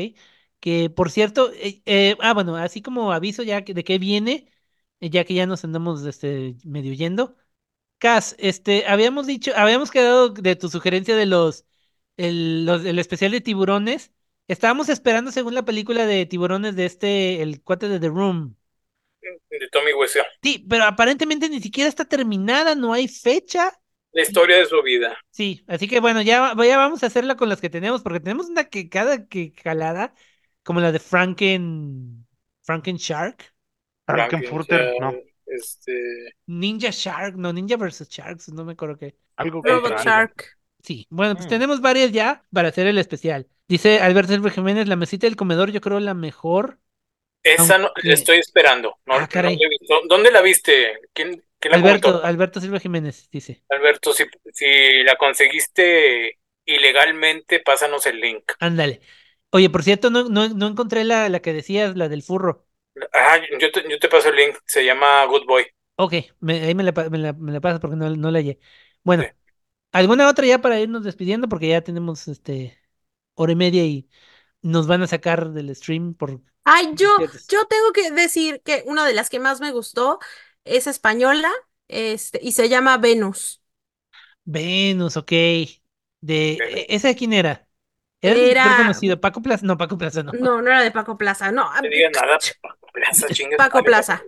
Que por cierto, eh, eh, ah, bueno, así como aviso ya que- de qué viene, eh, ya que ya nos andamos este, medio yendo. Cas, este, habíamos dicho, habíamos quedado de tu sugerencia de los, el, los- el especial de tiburones. Estábamos esperando según la película de tiburones de este, el cuate de The Room. De Tommy Wiseau. Sí, pero aparentemente ni siquiera está terminada, no hay fecha. La historia de su vida. Sí, así que bueno, ya, va- ya vamos a hacerla con las que tenemos, porque tenemos una que cada que jalada, como la de Franken, Franken Shark, Frankenfurter, Frankenstein, no, Este, Ninja Shark, no, Ninja versus Sharks, no me acuerdo qué. algo que Robot algo. Shark. Sí, bueno, pues Mm. tenemos varias ya para hacer el especial. Dice Alberto Silva Jiménez, la mesita del comedor, yo creo la mejor. esa no, Aunque- la estoy esperando. No, Ah, no caray. la he visto. ¿Dónde la viste? ¿Quién, quién la Alberto, comentó? Alberto Silva Jiménez dice. Alberto, si, si la conseguiste ilegalmente, pásanos el link. Ándale. Oye, por cierto, no, no, no encontré la, la que decías, la del furro. Ah, yo te, yo te paso el link, se llama Good Boy. Ok, me- ahí me la, pa- me la, me la pasas porque no, no la hallé. Bueno, Sí. ¿alguna otra ya para irnos despidiendo? Porque ya tenemos este hora y media y nos van a sacar del stream por... Ay, yo, Ciertos. yo tengo que decir que una de las que más me gustó es española, este, y se llama Venus. Venus, ok. De... Venus. ¿e- ¿Esa de quién era? Era el director Era- conocido. Paco Plaza. No, Paco Plaza no. No, no era de Paco Plaza, no. ah, No te diga nada, Paco Plaza, chingas. Paco madre, Plaza.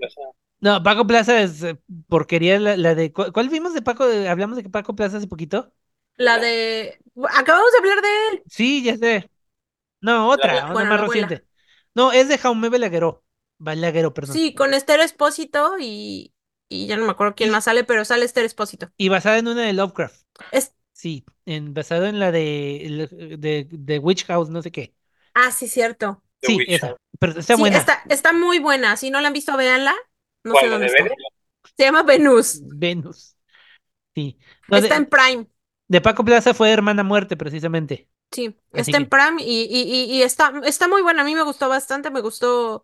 No, Paco Plaza es eh, porquería la, la de... ¿cu- ¿Cuál vimos de Paco? ¿Hablamos de Paco Plaza hace poquito? La de. Acabamos de hablar de él. Sí, ya sé. No, otra, de- una Bueno, más la abuela. reciente. No, es de Jaume Balagueró. Balagueró, perdón. Sí, con Esther Espósito y, y ya no me acuerdo quién Y- más sale, pero sale Esther Espósito. Y basada en una de Lovecraft. Es- Sí, en, basado en la de, de, de Witch House, no sé qué. Ah, sí, cierto. The Sí, Witch esa. House. Pero está Sí, buena. está, está muy buena. Si no la han visto, véanla. No sé ¿Cuál, la dónde de está. Venus? Se llama Venus. Venus. Sí. No, Está de, en Prime. de Paco Plaza fue Hermana Muerte, precisamente. Sí, Así está en que- Prime y, y- y- y está, está muy buena. A mí me gustó bastante, me gustó.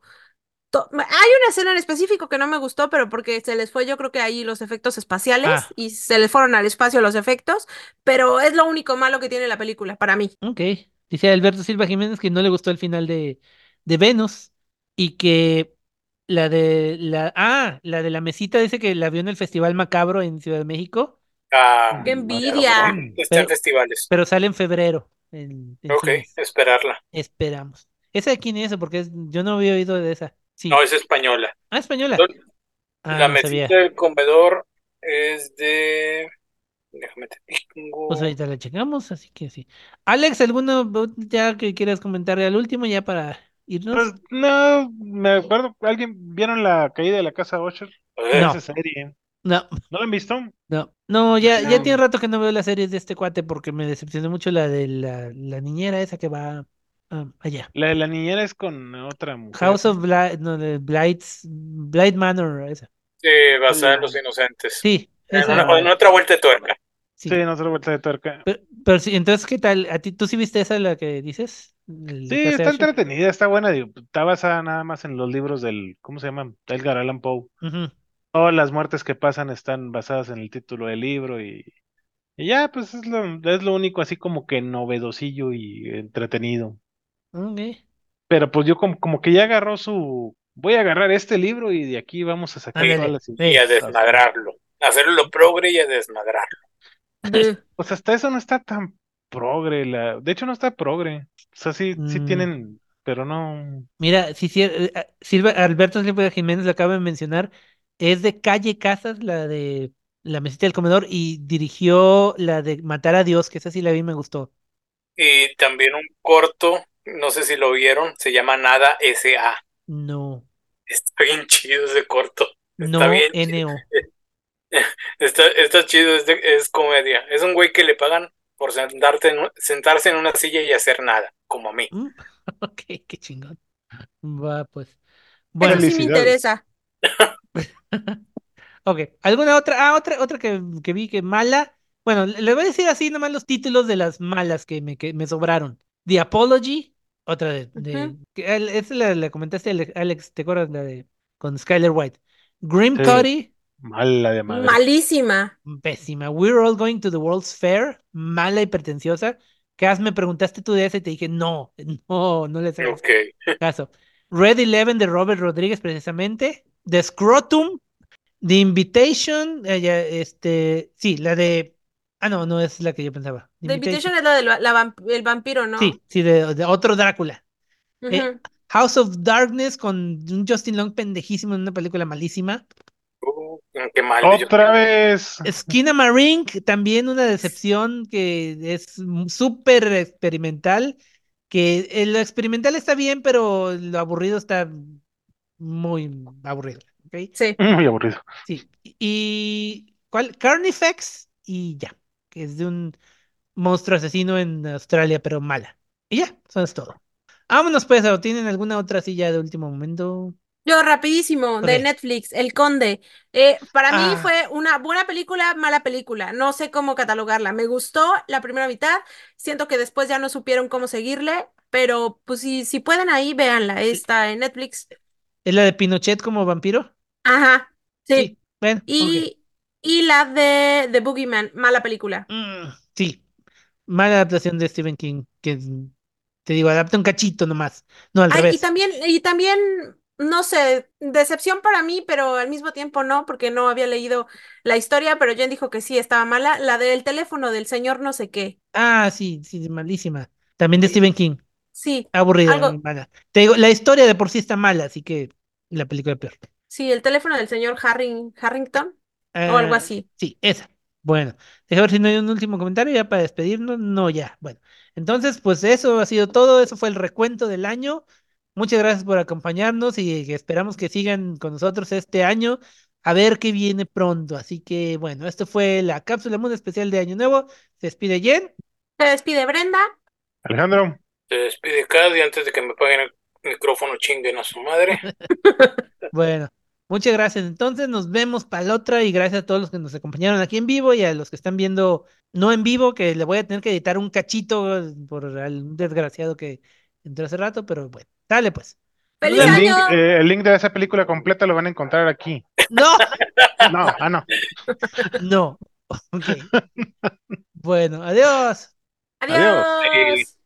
to- Hay una escena en específico que no me gustó, pero porque se les fue, yo creo que ahí los efectos espaciales Ah. y se les fueron al espacio los efectos, pero es lo único malo que tiene la película para mí. Ok. Dice Alberto Silva Jiménez que no le gustó el final de, de Venus y que la de la. Ah, la de la mesita dice que la vio en el Festival Macabro en Ciudad de México, Ah, ¡Qué no, envidia! cabrón, Está Pero- en festivales. pero sale en febrero en, en Ok, cines. esperarla. Esperamos. ¿Esa de quién es? Porque es- yo no había oído de esa. Sí. No, es española. Ah, española. Sol- Ah, La no mesita sabía. del comedor es de. Déjame te digo. Pues ahorita la checamos, así que sí. Alex, ¿alguno vo- ya que quieras comentar al último ya para irnos? Pues, no, me acuerdo, ¿alguien vieron la caída de la casa Usher? Eh, No. Esa serie. No, ¿No la han visto? no, no, ya, ya No. tiene rato que no veo las series de este cuate porque me decepcionó mucho la de la, la niñera esa que va ah, allá. La de la niñera es con otra mujer. House of Bli- no, de Blights, Blight Manor, esa. sí, basada en Los Inocentes. Sí, En, esa, una- en otra vuelta de tuerca. sí. Sí, en otra vuelta de tuerca. Pero, pero sí, entonces, ¿qué tal? ¿A ti, tú sí viste esa la que dices? El Sí, de Casa está Usher. entretenida, está buena. Digo, está basada nada más en los libros del, ¿cómo se llama? Edgar Allan Poe. Ujú. Todas las muertes que pasan están basadas en el título del libro y, y ya, pues es lo, es lo único así como que novedosillo y entretenido. Ok. Pero pues yo como, como que ya agarró su, voy a agarrar este libro y de aquí vamos a sacar Ándale, todas las sí. Y a Eso. desmadrarlo. Hacerlo lo progre y a desmadrarlo. Eh, Pues hasta eso no está tan progre, la... de hecho no está progre. O sea, sí, sí Mm. tienen, pero no. Mira, sí, sí, eh, ah, Silva, Alberto Silva Jiménez lo acaba de mencionar, es de Calle Casas, la de La Mesita del Comedor, y dirigió la de Matar a Dios, que esa sí la vi, y me gustó. Y también un corto, no sé si lo vieron, se llama Nada S.A. No, Está bien chido ese corto. Está no, bien chido. NO. Está, está chido, es, de- es comedia. Es un güey que le pagan por sentarte en un- sentarse en una silla y hacer nada, como a mí. Mm, Ok, qué chingón. Va, pues. Eso Bueno, sí me Felicidades. interesa. ok. ¿Alguna otra? Ah, otra, otra que, que vi que mala. Bueno, le le voy a decir así nomás los títulos de las malas que me, que me sobraron. The Apology, otra de... de Ujú. que al- esa la, la comentaste, Ale- Alex, ¿te acuerdas? La de con Skyler White. Grim Sí. Cody, Mala de madre. Malísima. pésima. We're All Going to the World's Fair, mala y pretenciosa. Cas, me preguntaste tú de esa y te dije, no, no, no le hagas Ok. caso. Red Eleven de Robert Rodríguez, precisamente. The Scrotum, The Invitation, eh, ya, este, sí, la de. Ah, no, no es la que yo pensaba. The The Invitation es la del va- la vamp- el vampiro, ¿no? Sí, sí, de, de otro Drácula. Ujú. eh, House of Darkness con un Justin Long pendejísimo en una película malísima. Uh, qué mal. yo- Otra vez. Esquina Marink, también una decepción que es m- súper experimental, que eh, lo experimental está bien, pero lo aburrido está muy aburrido. ¿ok? Sí. Muy aburrido. Sí. ¿Y cuál? Carnifex y ya, que es de un monstruo asesino en Australia, pero mala. Y ya, eso es todo. Vámonos pues, ¿o tienen alguna otra silla de último momento? Yo rapidísimo, de Ok. Netflix, El Conde. Eh, para mí Ah. fue una buena película, mala película. No sé cómo catalogarla. Me gustó la primera mitad. Siento que después ya no supieron cómo seguirle, pero pues si, si pueden ahí, véanla. Está en Netflix. ¿Es la de Pinochet como vampiro? Ajá. Sí. Bueno, ok. Y, y la de The Boogeyman, mala película. Mm, sí, mala adaptación de Stephen King, que mm, te digo, adapta un cachito nomás, no al Ay, y revés. también, y también, no sé, decepción para mí, pero al mismo tiempo no, porque no había leído la historia, pero Jen dijo que sí, estaba mala. La del teléfono del señor no sé qué. Ah, sí, sí, malísima. También de Stephen King, Sí, aburrida, Algo- mala. Te digo, la historia de por sí está mala, así que la película peor. sí, el teléfono del señor Harring- Harrington o algo Eh. Ah, así. Sí, esa. Bueno, déjame ver si no hay un último comentario ya para despedirnos. No, ya. Bueno, entonces, pues eso ha sido todo. Eso fue el recuento del año. Muchas gracias por acompañarnos y que esperamos que sigan con nosotros este año a ver qué viene pronto. Así que, bueno, esto fue la cápsula muy especial de Año Nuevo. Se despide Jen. Se despide Brenda. Alejandro, Se despide Cady antes de que me paguen el micrófono, chinguen a su madre. Bueno, muchas gracias. Entonces, nos vemos para la otra y gracias a todos los que nos acompañaron aquí en vivo y a los que están viendo no en vivo, que le voy a tener que editar un cachito eh, por algún desgraciado que entró hace rato, pero bueno, dale pues. ¡Feliz El el año! link, eh, el link de esa película completa lo van a encontrar aquí. No, No, ah, no. no. Ok. Bueno, adiós. Adiós. Sí.